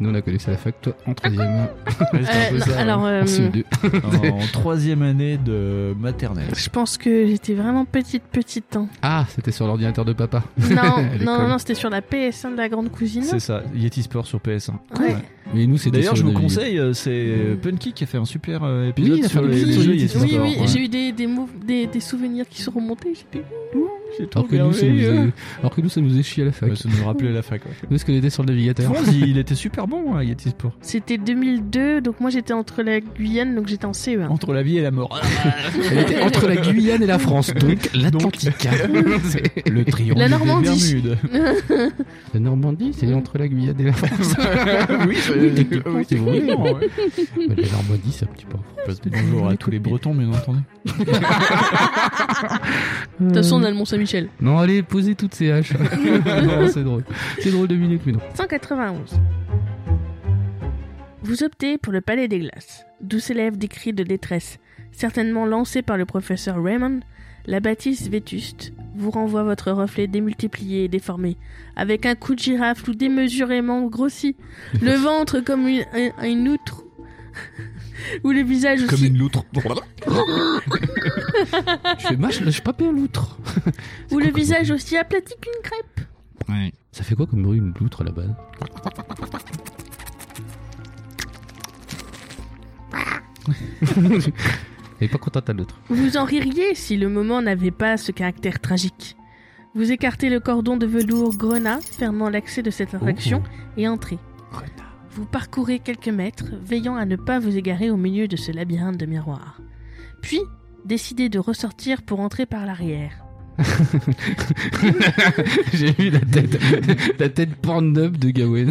Speaker 3: Nous, on a connu ça à la fac, toi, en troisième.
Speaker 2: Euh, non,
Speaker 4: hein.
Speaker 2: alors, euh,
Speaker 3: En CE2.
Speaker 4: en troisième année de maternelle.
Speaker 2: je pense que j'étais vraiment petite, petite. hein.
Speaker 3: Ah, c'était sur l'ordinateur de papa.
Speaker 2: Non,
Speaker 3: l'école.
Speaker 2: non, non, c'était sur la PS1 de la grande cousine.
Speaker 4: C'est ça, Yeti Sport sur PS1.
Speaker 2: Ouais.
Speaker 3: Mais nous, c'était
Speaker 4: D'ailleurs, je
Speaker 3: sur
Speaker 4: vous
Speaker 3: le-
Speaker 4: conseille, euh, c'est euh, Punky qui a fait un super euh,
Speaker 3: Oui,
Speaker 4: épisode
Speaker 3: il a
Speaker 4: sur
Speaker 3: fait un
Speaker 4: les,
Speaker 3: épisode
Speaker 4: les
Speaker 3: sur
Speaker 4: jeux
Speaker 3: Yeti
Speaker 4: Yeti
Speaker 3: Sport.
Speaker 4: Sport.
Speaker 2: Oui, oui,
Speaker 4: ouais.
Speaker 2: j'ai eu des, des, mou- des, des souvenirs qui sont remontés. J'étais. J'ai trop
Speaker 3: Alors que, nous, ça nous
Speaker 2: merveilleux.
Speaker 3: est... alors que nous, ça nous est chié à la fac.
Speaker 4: Ouais, Ça nous rappelait la fac. ouais.
Speaker 3: Nous, ce qu'on était sur le navigateur.
Speaker 4: Franz, il était super bon, hein, Yeti Sport.
Speaker 2: C'était 2002, donc moi j'étais entre la Guyane, donc j'étais en E CE1.
Speaker 4: Entre la vie et la mort.
Speaker 3: Elle était entre la Guyane et la France, donc l'Atlantique. C'est-
Speaker 4: Le triomphe
Speaker 2: La Normandie.
Speaker 4: des Bermudes.
Speaker 3: La Normandie, c'est entre la Guyane et la France.
Speaker 4: oui, c'est-
Speaker 3: Oui, techniquement,
Speaker 4: oui,
Speaker 3: c'est vrai.
Speaker 4: techniquement, hein, ouais.
Speaker 3: Mais la Normandie, c'est un petit peu.
Speaker 4: Bonjour à tous les Bretons, bien entendu.
Speaker 2: De toute façon, on a le Mont-Saint-Michel.
Speaker 3: Euh, Non, allez, posez toutes ces haches. non, c'est drôle. C'est drôle de minutes, mais non.
Speaker 2: 191. Vous optez pour le Palais des Glaces, d'où s'élèvent des cris de détresse, certainement lancés par le professeur Raymond. La bâtisse vétuste vous renvoie votre reflet démultiplié et déformé, avec un coup de girafe ou démesurément grossi, le ventre comme une, un- une outre, ou le visage aussi...
Speaker 4: loutre.
Speaker 3: Je fais mâche, lâche pas bien l'outre.
Speaker 2: Ou le visage aussi aplati qu'une crêpe.
Speaker 3: Ça fait quoi comme bruit une loutre à la base Elle est pas contente à l'autre.
Speaker 2: Vous en ririez si le moment n'avait pas ce caractère tragique. Vous écartez le cordon de velours grenat fermant l'accès de cette attraction et entrez. Vous parcourez quelques mètres, veillant à ne pas vous égarer au milieu de ce labyrinthe de miroirs. Puis, décidez de ressortir pour entrer par l'arrière.
Speaker 3: J'ai vu la tête, la tête porn-up de Gawain.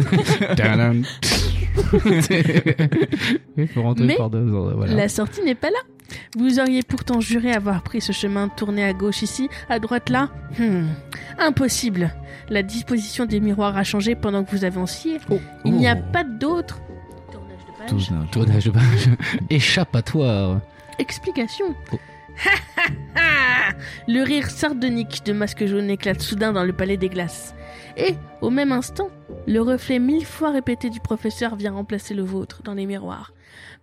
Speaker 3: Tadam. Il faut rentrer
Speaker 2: Mais
Speaker 3: par deux, euh, voilà.
Speaker 2: La sortie n'est pas là. Vous auriez pourtant juré avoir pris ce chemin tourné à gauche ici, à droite là. Hmm, impossible. La disposition des miroirs a changé pendant que vous avanciez. Oh, Il n'y a pas d'autre Tournage
Speaker 3: Ah,
Speaker 2: de page.
Speaker 3: Oh.
Speaker 4: Ah,
Speaker 3: Tournage de page. Échappatoire.
Speaker 2: explication.
Speaker 3: Oh.
Speaker 2: le rire sardonique de Masque Jaune éclate soudain dans le palais des glaces. Et, au même instant, le reflet mille fois répété du professeur vient remplacer le vôtre dans les miroirs.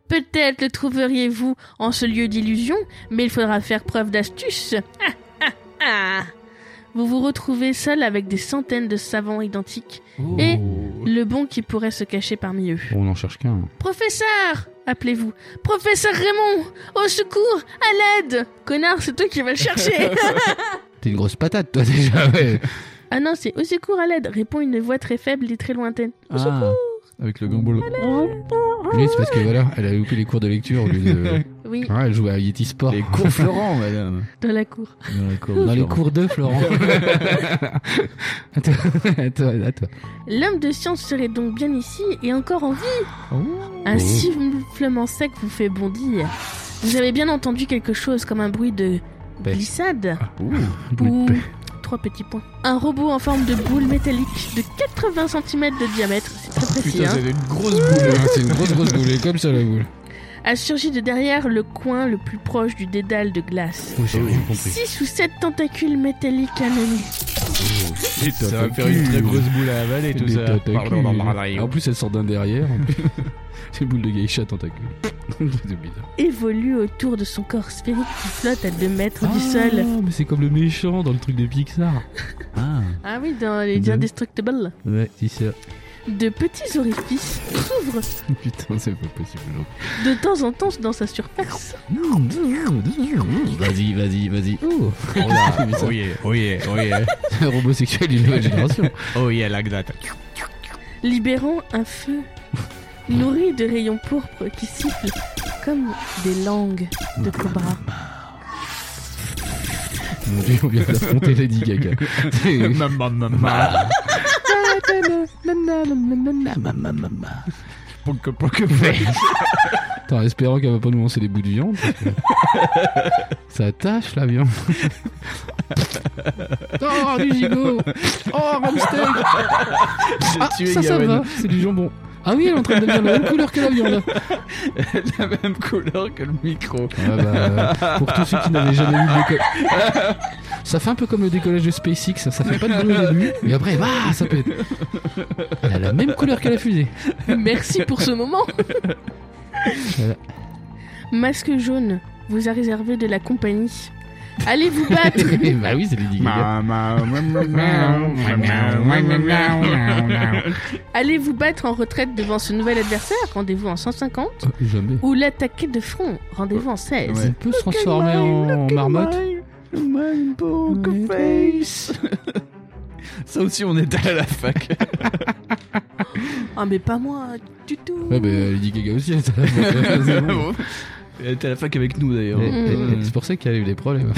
Speaker 2: Peut-être le trouveriez-vous en ce lieu d'illusion, mais il faudra faire preuve d'astuce. vous vous retrouvez seul avec des centaines de savants identiques, Et-
Speaker 3: Oh.
Speaker 2: le bon qui pourrait se cacher parmi eux.
Speaker 3: On n'en cherche qu'un.
Speaker 2: Professeur Appelez-vous. Professeur Raymond Au secours À l'aide Connard, c'est toi qui vas le chercher
Speaker 3: T'es une grosse patate, toi, déjà. ouais.
Speaker 2: Ah non, c'est au secours à l'aide répond une voix très faible et très lointaine. Au secours
Speaker 4: Avec le gamble.
Speaker 3: Lui, c'est parce que voilà, elle a loupé les cours de lecture. au lieu de- Ouais,
Speaker 2: Oui,
Speaker 3: elle jouait à Yeti Sport.
Speaker 4: Les cours Florent, madame.
Speaker 2: dans la cour.
Speaker 4: Dans les cours,
Speaker 3: Oh. Dans les cours de Florent. Attends, attends, attends.
Speaker 2: L'homme de science serait donc bien ici et encore en vie Un sifflement sec vous fait bondir. Vous avez bien entendu quelque chose comme un bruit de
Speaker 3: Pêche.
Speaker 2: glissade
Speaker 3: Bout
Speaker 2: ou
Speaker 3: de paix.
Speaker 2: trois petits points. Un robot en forme de boule métallique de 80 cm de diamètre, c'est très précis.
Speaker 4: Putain,
Speaker 2: hein.
Speaker 4: c'est une grosse boule.
Speaker 3: Ah, C'est une grosse, grosse boule. Elle est comme ça, la boule.
Speaker 2: a surgi de derrière le coin le plus proche du dédale de glace.
Speaker 3: Oui, Oh, j'ai rien compris.
Speaker 2: Six ou sept tentacules métalliques à mener.
Speaker 4: Ça va faire une très grosse boule à avaler, tout
Speaker 3: Des
Speaker 4: ça.
Speaker 3: tentacules.
Speaker 4: Pardon, pardon, pardon.
Speaker 3: Ah, En plus, elle sort d'un derrière. en plus. C'est une boule de geisha tentacule. C'est bizarre.
Speaker 2: Évolue autour de son corps sphérique qui flotte à deux mètres du sol.
Speaker 3: Ah, mais c'est comme le méchant dans le truc de Pixar.
Speaker 4: Ah.
Speaker 2: Ah oui, dans les
Speaker 3: Bien.
Speaker 2: Indestructibles.
Speaker 3: Ouais, c'est ça.
Speaker 2: De petits orifices s'ouvrent
Speaker 3: Putain, c'est pas possible.
Speaker 2: de temps en temps dans sa surface.
Speaker 3: Vas-y, vas-y, vas-y. Oh,
Speaker 4: Oh là, oh yeah, oh yeah, oh yeah.
Speaker 3: un robot sexuel d'une nouvelle génération.
Speaker 4: Oh yeah, like that.
Speaker 2: libérant un feu nourri de rayons pourpres qui sifflent comme des langues de cobra.
Speaker 3: Mon dieu, on vient d'affronter Lady Gaga. C'est- Attends, en espérant qu'elle va pas nous lancer des bouts de viande. parce que- Ça tâche la viande. oh, du gigot Oh, ramsteak Ah, ça, ça va, c'est du jambon. Ah oui, elle est en train de devenir la même couleur que la viande.
Speaker 4: La même couleur que le micro.
Speaker 3: Ah bah, pour tous ceux qui n'avaient jamais vu le décollage. Ça fait un peu comme le décollage de SpaceX, ça, ça fait pas de bruit au début, mais après, bah, ça pète. Elle a la même couleur que la fusée.
Speaker 2: Merci pour ce moment.
Speaker 3: Voilà.
Speaker 2: Masque jaune vous a réservé de la compagnie. Allez vous battre
Speaker 3: Eh bah oui, c'est Lady Gaga.
Speaker 2: Allez vous battre en retraite devant ce nouvel adversaire, rendez-vous en 150,
Speaker 3: Oh, jamais.
Speaker 2: ou l'attaquer de front, rendez-vous en 16.
Speaker 3: Elle peut se transformer en marmotte.
Speaker 4: Ça aussi, on est allé à la fac.
Speaker 2: Ah mais pas moi du tout.
Speaker 3: Ouais, bah Lady Gaga aussi, elle est à la même- c'est bon.
Speaker 4: Elle était à la fac avec nous d'ailleurs.
Speaker 3: Et- et- et C'est pour ça qu'elle a eu des problèmes.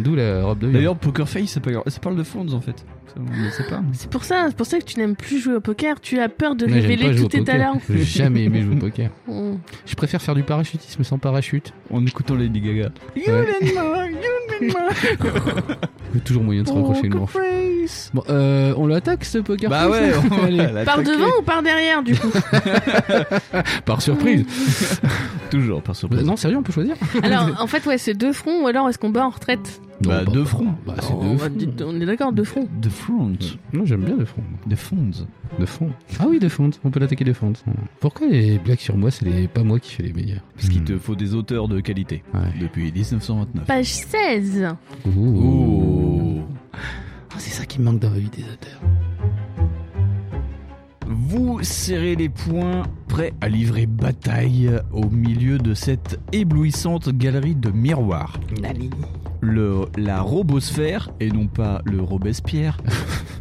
Speaker 3: D'où la robe de viande.
Speaker 4: D'ailleurs, Poker Face, ça, parle- ça parle de Fonds en fait. Ça, on ne sait pas.
Speaker 2: C'est pour ça, c'est pour ça que tu n'aimes plus jouer au poker. Tu as peur de
Speaker 3: Ouais, j'aime pas
Speaker 2: révéler
Speaker 3: jouer
Speaker 2: tous
Speaker 3: au
Speaker 2: tes
Speaker 3: poker.
Speaker 2: talents.
Speaker 3: J'ai jamais aimé jouer au poker.
Speaker 2: Mm.
Speaker 3: Je préfère faire du parachutisme sans parachute.
Speaker 4: En écoutant Lady Gaga.
Speaker 3: Ouais. Il y a toujours moyen de se raccrocher une branche. Bon, euh, on l'attaque ce poker
Speaker 4: Bah
Speaker 3: face,
Speaker 4: ouais,
Speaker 3: là
Speaker 4: on
Speaker 3: Allez,
Speaker 4: va
Speaker 2: Par
Speaker 4: l'attaquer.
Speaker 2: devant ou par derrière du coup
Speaker 3: Par surprise.
Speaker 4: Toujours par
Speaker 3: Bah,
Speaker 4: surprise.
Speaker 3: non, sérieux, on peut choisir
Speaker 2: Alors en fait ouais c'est deux fronts ou alors est-ce qu'on bat en retraite
Speaker 4: Bah,
Speaker 3: pas-
Speaker 4: deux fronts.
Speaker 3: Bah, c'est
Speaker 2: On
Speaker 3: deux
Speaker 2: va-
Speaker 3: fronts.
Speaker 2: On est d'accord deux fronts.
Speaker 4: De Front.
Speaker 3: Non, j'aime bien deux fronts.
Speaker 4: De Fonds.
Speaker 3: De fond. Ah oui, de fond. On peut l'attaquer de fond. Pourquoi les blagues sur moi, c'est les... pas moi qui fais les meilleurs
Speaker 4: Parce qu'il te faut des auteurs de qualité.
Speaker 3: Ouais.
Speaker 4: Depuis 1929.
Speaker 2: Page 16.
Speaker 4: Oh.
Speaker 3: Ah, c'est ça qui me manque dans la vie des auteurs.
Speaker 4: Vous serrez les poings, prêts à livrer bataille au milieu de cette éblouissante galerie de miroirs. Le, la robosphère, et non pas le Robespierre,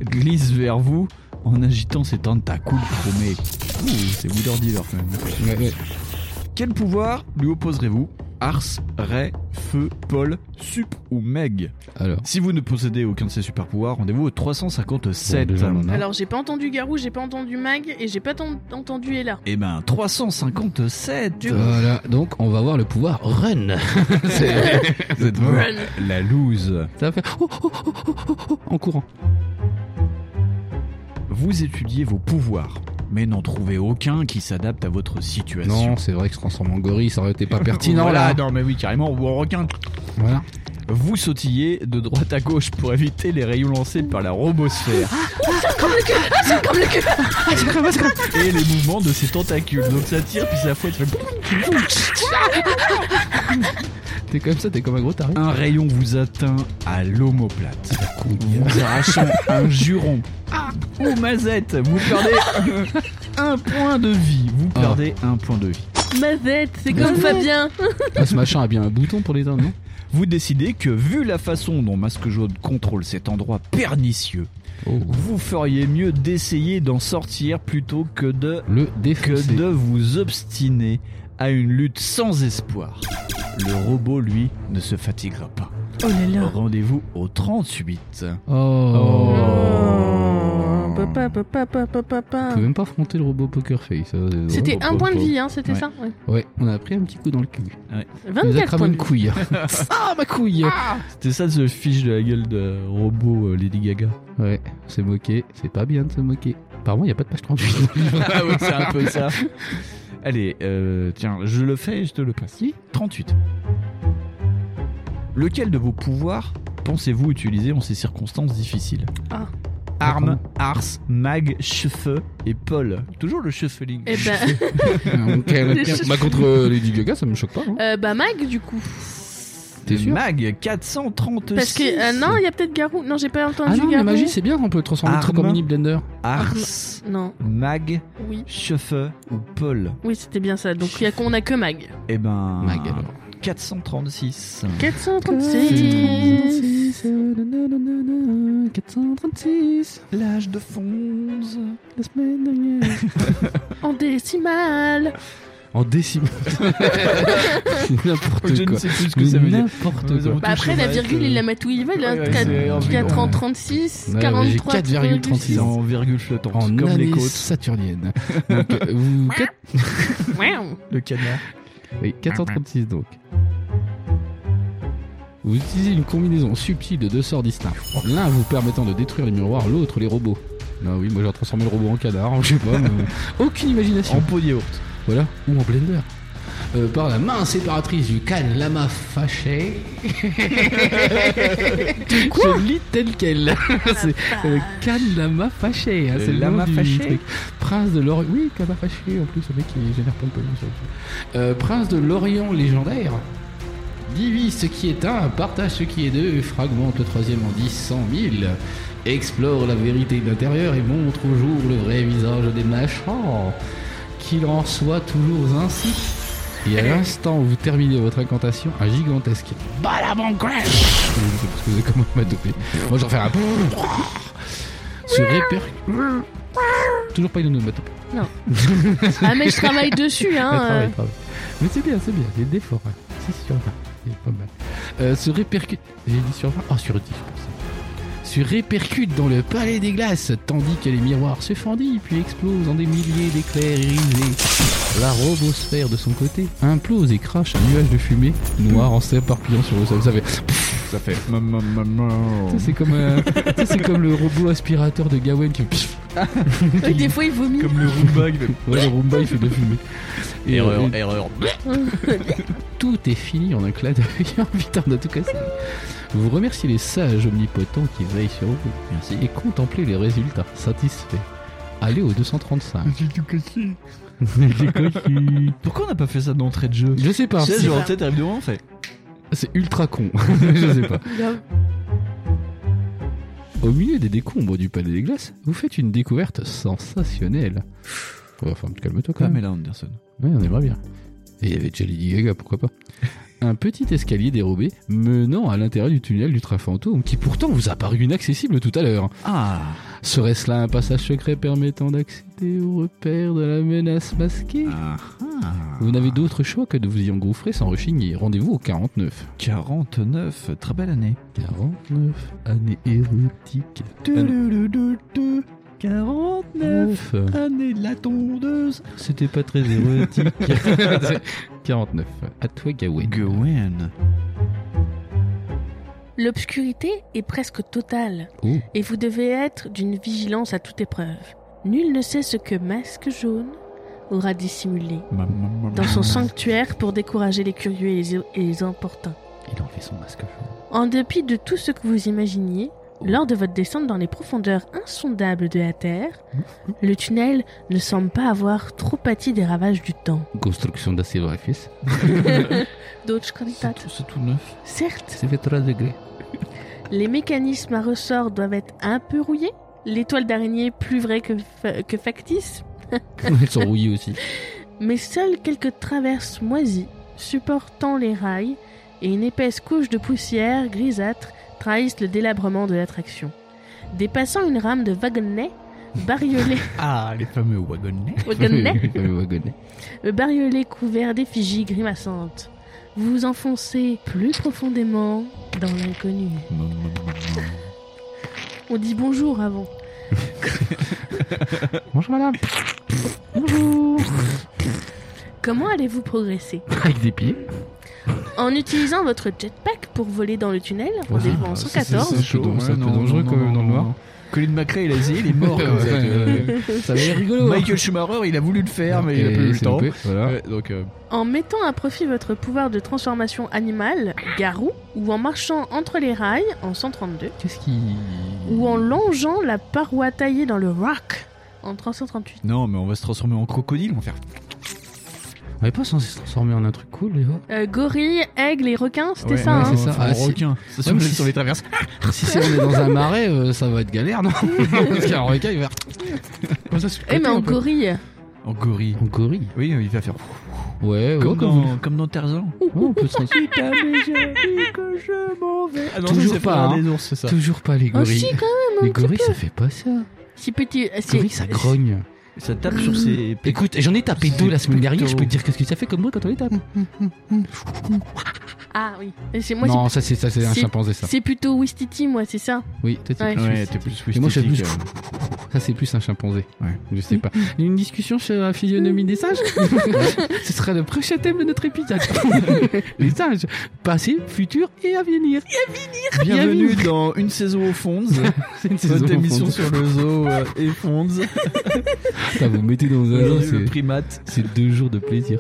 Speaker 4: glisse vers vous en agitant ses tentacules chromés. Ouh, c'est Wheeler Dealer quand même.
Speaker 3: Ouais, ouais.
Speaker 4: Quel pouvoir lui opposerez-vous Ars, Ray, Feu, Paul, Sup ou Meg
Speaker 3: Alors.
Speaker 4: Si vous ne possédez aucun de ces super pouvoirs, rendez-vous au 357.
Speaker 3: Bon, déjà, on en a.
Speaker 2: Alors j'ai pas entendu Garou, j'ai pas entendu Mag et j'ai pas ton- entendu Ella.
Speaker 4: Eh ben, 357
Speaker 3: Voilà, donc on va voir le pouvoir run. C'est-
Speaker 4: Vous êtes
Speaker 3: Run.
Speaker 4: vraiment La loose.
Speaker 3: ça va faire oh, oh, oh, oh, oh, oh, en courant.
Speaker 4: Vous étudiez vos pouvoirs, mais n'en trouvez aucun qui s'adapte à votre situation.
Speaker 3: Non, c'est vrai que se transformer en gorille, ça aurait été pas pertinent
Speaker 4: Voilà,
Speaker 3: là.
Speaker 4: non mais oui, carrément, ou en requin.
Speaker 3: Voilà.
Speaker 4: Vous sautillez de droite à gauche pour éviter les rayons lancés par la robosphère. Et les mouvements de ses tentacules. Donc ça tire, puis ça fouette.
Speaker 3: T'es comme ça, t'es comme un gros taré.
Speaker 4: Un rayon vous atteint à l'omoplate. Vous arrachant un juron. Ou mazette, vous perdez un point de vie. Vous
Speaker 3: Ah.
Speaker 4: perdez un point de vie.
Speaker 2: Mazette, c'est comme Fabien.
Speaker 3: Ah, ce machin a bien un bouton pour les uns, non
Speaker 4: Vous décidez que, vu la façon dont Masque Jaune contrôle cet endroit pernicieux,
Speaker 3: Oh.
Speaker 4: vous feriez mieux d'essayer d'en sortir plutôt que de,
Speaker 3: Le
Speaker 4: que
Speaker 3: défoncer.
Speaker 4: de vous obstiner à une lutte sans espoir. Le robot, lui, ne se fatiguera pas.
Speaker 2: Oh là là.
Speaker 4: Rendez-vous au 38.
Speaker 3: Oh.
Speaker 2: Oh, Papa, papa, papa,
Speaker 3: On
Speaker 2: papa.
Speaker 3: peut même pas affronter le robot Poker Face. hein, c'est
Speaker 2: C'était
Speaker 3: vraiment
Speaker 2: un
Speaker 3: pas-
Speaker 2: point de
Speaker 3: pas-
Speaker 2: vie, hein, c'était
Speaker 4: Ouais.
Speaker 2: ça ouais.
Speaker 3: Ouais, on a pris un petit coup dans le cul. Il nous a
Speaker 2: 24
Speaker 3: cramé
Speaker 2: points de
Speaker 3: une
Speaker 2: vie.
Speaker 3: couille. ah, ma couille
Speaker 4: C'était ça ce fiche de la gueule de robot euh, Lady Gaga.
Speaker 3: Ouais, c'est moqué. C'est pas bien de se moquer. Par moi, il a pas de page 38.
Speaker 4: ah oui, c'est un peu ça. Allez, euh, tiens, je le fais et je te le passe. 38. Lequel de vos pouvoirs pensez-vous utiliser en ces circonstances difficiles
Speaker 2: Ah.
Speaker 4: Arme, ars, mag, cheveux et Paul. Toujours le cheveling.
Speaker 2: Eh ben,
Speaker 3: Ah, bah, contre euh, Lady Gaga, ça me choque pas. hein.
Speaker 2: euh, bah Mag du coup.
Speaker 3: T'es sûr
Speaker 4: Mag 436.
Speaker 2: Parce que euh, non, il y a peut-être Garou. Non, j'ai pas entendu
Speaker 3: Ah non,
Speaker 2: Garou.
Speaker 3: la magie, c'est bien, on peut transformer le truc en
Speaker 4: Arme.
Speaker 3: mini blender.
Speaker 4: Ars,
Speaker 2: Non,
Speaker 4: mag,
Speaker 2: oui,
Speaker 4: cheveux ou Paul.
Speaker 2: oui, c'était bien ça. Donc il y a qu'on a que Mag.
Speaker 4: Eh ben.
Speaker 3: Mag, alors.
Speaker 4: 436.
Speaker 2: 436.
Speaker 4: L'âge de Fonz.
Speaker 2: En décimal.
Speaker 3: en décimales. N'importe
Speaker 4: Je ne
Speaker 3: quoi.
Speaker 4: sais plus ce que ça veut dire.
Speaker 3: N'importe quoi.
Speaker 4: Heureusement.
Speaker 2: Bah après, la
Speaker 4: Touche au
Speaker 2: virgule,
Speaker 4: reste, euh.
Speaker 2: ils la mettent où ils veulent. hein.
Speaker 4: Ouais, ouais,
Speaker 2: Quatre-
Speaker 4: c'est en
Speaker 2: 4
Speaker 4: virgule.
Speaker 2: ans 36,
Speaker 3: Ouais, ouais,
Speaker 2: 43,
Speaker 3: j'ai 4,36
Speaker 4: C'est
Speaker 3: ans.
Speaker 4: en virgule flottante,
Speaker 3: En
Speaker 4: comme les
Speaker 3: année
Speaker 4: côtes,
Speaker 3: saturnienne. Donc, euh, vous- quatre-
Speaker 2: Waouh.
Speaker 4: le canard.
Speaker 3: oui, 436 donc. Vous utilisez une combinaison subtile de deux sorts distincts. L'un vous permettant de détruire les miroirs, l'autre les robots. Ah oui, moi j'ai transformé le robot en canard, hein, je sais pas. mais- Aucune imagination.
Speaker 4: En pot de yaourt.
Speaker 3: Voilà, ou en blender. Euh, par la main séparatrice du Khan Lama fâché. Quoi Je lis tel quel. C'est euh, Khan Lama fâché. hein,
Speaker 4: Le
Speaker 3: c'est le
Speaker 4: lama
Speaker 3: nom du
Speaker 4: fâché
Speaker 3: truc. Prince de l'Orient. Oui, Lama fâché en plus, le mec qui génère plein de pollution. Euh, prince de l'Orient légendaire. Divise ce qui est un, partage ce qui est deux, fragmente le troisième en dix, cent mille. Explore la vérité de l'intérieur et montre au jour le vrai visage des machins qu'il en soit toujours ainsi. Et à l'instant où vous terminez votre incantation, un gigantesque Balabon Crash Parce que vous avez quand même adopté. Moi j'en fais un Se répercute. Toujours pas une onomatopée.
Speaker 2: Ah, mais je travaille dessus,
Speaker 3: Ah, travaille,
Speaker 2: hein.
Speaker 3: travaille. Mais c'est bien, c'est bien, il y a des efforts. hein. C'est sur 20, c'est pas mal. Euh, se répercute. J'ai dit sur 20 Ah, sur 10, je pense. Se répercute dans le palais des glaces, tandis que les miroirs se fendillent puis explosent en des milliers d'éclairs irisés. La robosphère de son côté implose et crache un nuage de fumée noir en s'éparpillant sur le sol. Ça fait.
Speaker 4: Ça fait maman, maman.
Speaker 3: Ça, c'est comme, euh, ça, c'est comme le robot aspirateur de Gawain qui. pff,
Speaker 2: Ouais, Des fois, il vomit.
Speaker 4: Comme le Roomba qui fait-
Speaker 3: ouais, le Roomba il fait de la fumée. Et, euh, et-
Speaker 4: erreur.
Speaker 3: tout est fini en un clin d'œil. Putain, en tout cas, c'est- vous remerciez les sages omnipotents qui veillent sur vous. Merci. Et contemplez les résultats. Satisfait. Allez au 235.
Speaker 4: Pourquoi on n'a pas fait ça d'entrée de jeu
Speaker 3: Je sais pas.
Speaker 4: Tu sais,
Speaker 3: Ah, C'est-
Speaker 4: genre, peut-être arrive devant, on fait.
Speaker 3: C'est ultra con. Je sais pas.
Speaker 2: Grave.
Speaker 3: Au milieu des décombres du palais des glaces, vous faites une découverte sensationnelle. Ouais, Enfin, calme-toi quand même.
Speaker 4: Pamela Anderson.
Speaker 3: Oui, on aimerait bien. Et il y avait déjà Lady Gaga, pourquoi pas Un petit escalier dérobé menant à l'intérieur du tunnel du train fantôme qui pourtant vous a paru inaccessible tout à l'heure.
Speaker 4: Ah
Speaker 3: Serait-ce là un passage secret permettant d'accéder au repère de la menace masquée
Speaker 4: Ah
Speaker 3: Vous n'avez d'autre choix que de vous y engouffrer sans rechigner. Rendez-vous au 49.
Speaker 4: 49, très belle année.
Speaker 3: 49 Année érotique.
Speaker 4: 49,
Speaker 3: 9
Speaker 4: année de la tondeuse. C'était pas très érotique.
Speaker 3: 49. À toi, Gawain.
Speaker 4: Gawain.
Speaker 2: L'obscurité est presque totale.
Speaker 3: Oh.
Speaker 2: et vous devez être d'une vigilance à toute épreuve. Nul ne sait ce que Masque Jaune aura dissimulé dans son sanctuaire pour décourager les curieux et les, et les importuns.
Speaker 3: Il a enlevé son masque.
Speaker 2: En dépit de tout ce que vous imaginiez, lors de votre descente dans les profondeurs insondables de la Terre, le tunnel ne semble pas avoir trop pâti des ravages du temps.
Speaker 3: Construction d'acier dans la fesse.
Speaker 2: D'autres
Speaker 4: C'est
Speaker 2: candidates.
Speaker 4: tout, c'est tout neuf.
Speaker 2: Certes,
Speaker 3: C'est fait 3 degrés.
Speaker 2: Les mécanismes à ressort doivent être un peu rouillés. L'étoile d'araignée plus vraie que, fa- que factice.
Speaker 3: Elles sont rouillées aussi.
Speaker 2: Mais seules quelques traverses moisies, supportant les rails, et une épaisse couche de poussière grisâtre trahissent le délabrement de l'attraction. Dépassant une rame de wagonnets, bariolée,
Speaker 4: Ah, les fameux wagonnets.
Speaker 2: wagonnets,
Speaker 3: Oui, oui, wagonnet.
Speaker 2: le bariolé couvert d'effigies grimaçantes, vous vous enfoncez plus profondément dans l'inconnu. On dit bonjour avant.
Speaker 3: Bonjour madame. Bonjour.
Speaker 2: Comment allez-vous progresser
Speaker 3: Avec des pieds.
Speaker 2: En utilisant votre jetpack pour voler dans le tunnel, rendez-vous en
Speaker 4: Ah, ça, c'est-
Speaker 2: 114,
Speaker 3: c'est chaud, c'est un peu dangereux quand même dans le noir.
Speaker 4: Colin McRae, il a essayé, il est mort comme ça. tu vois.
Speaker 3: Ça va être rigolo. hein.
Speaker 4: Michael Schumacher, il a voulu le faire, mais il a
Speaker 3: Et
Speaker 4: pas eu le
Speaker 3: c'est
Speaker 4: temps.
Speaker 3: loupé, Voilà.
Speaker 4: Ouais, donc, euh,
Speaker 2: en mettant à profit votre pouvoir de transformation animale, garou, ou en marchant entre les rails en 132,
Speaker 3: Qu'est-ce qui.
Speaker 2: ou en longeant la paroi taillée dans le rock en 338.
Speaker 4: non, mais on va se transformer en crocodile, on va faire.
Speaker 3: On est pas censé se transformer en un truc cool, les gars
Speaker 2: Euh, gorille, aigle et requin, c'était
Speaker 4: Ouais,
Speaker 2: ça,
Speaker 4: ouais,
Speaker 2: hein
Speaker 4: c'est ça.
Speaker 3: Ah,
Speaker 4: en
Speaker 3: si.
Speaker 4: requin. Ça se
Speaker 3: mais
Speaker 4: met
Speaker 3: si-
Speaker 4: sur les traverses.
Speaker 3: Si c'est on est dans un marais, euh, ça va être galère, non Parce qu'un requin, il va. Comme ça, se
Speaker 2: Eh, mais
Speaker 3: un
Speaker 2: en
Speaker 3: peu.
Speaker 2: gorille
Speaker 4: En gorille.
Speaker 3: En gorille
Speaker 4: Oui, il va faire.
Speaker 3: Ouais, ouais,
Speaker 4: Euh, Comme,
Speaker 3: comme vous-
Speaker 4: dans, comme dans Tarzan.
Speaker 3: Ouais, on peut se transformer.
Speaker 4: Ah non,
Speaker 3: Toujours
Speaker 4: ça, c'est
Speaker 3: pas,
Speaker 4: Fleur
Speaker 3: hein.
Speaker 4: des ours, c'est ça.
Speaker 3: Toujours pas les
Speaker 2: Oh
Speaker 3: gorilles.
Speaker 2: si, quand même, un
Speaker 3: les
Speaker 2: petit
Speaker 3: gorilles,
Speaker 2: peu
Speaker 3: ça fait pas ça.
Speaker 2: Si petit... euh, si-
Speaker 3: Les gorilles, ça grogne.
Speaker 4: Ça tape sur ses.
Speaker 3: Écoute, j'en ai tapé deux la semaine dernière, je peux te dire qu'est-ce que ça fait comme bruit quand on les tape.
Speaker 2: Ah oui. Et c'est moi, c'est-
Speaker 3: Non, ça c'est ça c'est un
Speaker 2: Si.
Speaker 3: chimpanzé ça.
Speaker 2: c'est plutôt Wistiti, moi, c'est ça.
Speaker 3: Oui, toi, t'es
Speaker 2: Ouais.
Speaker 3: plus
Speaker 4: Ouais,
Speaker 3: esthétique.
Speaker 4: t'es plus
Speaker 3: Et moi je suis plus.
Speaker 4: whistletique, euh.
Speaker 3: Ça c'est plus un chimpanzé.
Speaker 4: Ouais.
Speaker 3: Je sais pas. Une discussion sur la physionomie des singes. Ce sera le prochain thème de notre épisode. les singes, passé, futur et à venir.
Speaker 4: Bienvenue
Speaker 3: Bienvenue.
Speaker 4: dans Une saison au Fonds,
Speaker 3: C'est une saison
Speaker 4: votre émission
Speaker 3: fantôme.
Speaker 4: sur le zoo euh, et Fonds, Euh,
Speaker 3: Putain, vous mettez dans un zoo,
Speaker 4: le
Speaker 3: c'est-
Speaker 4: primate.
Speaker 3: c'est deux jours de plaisir.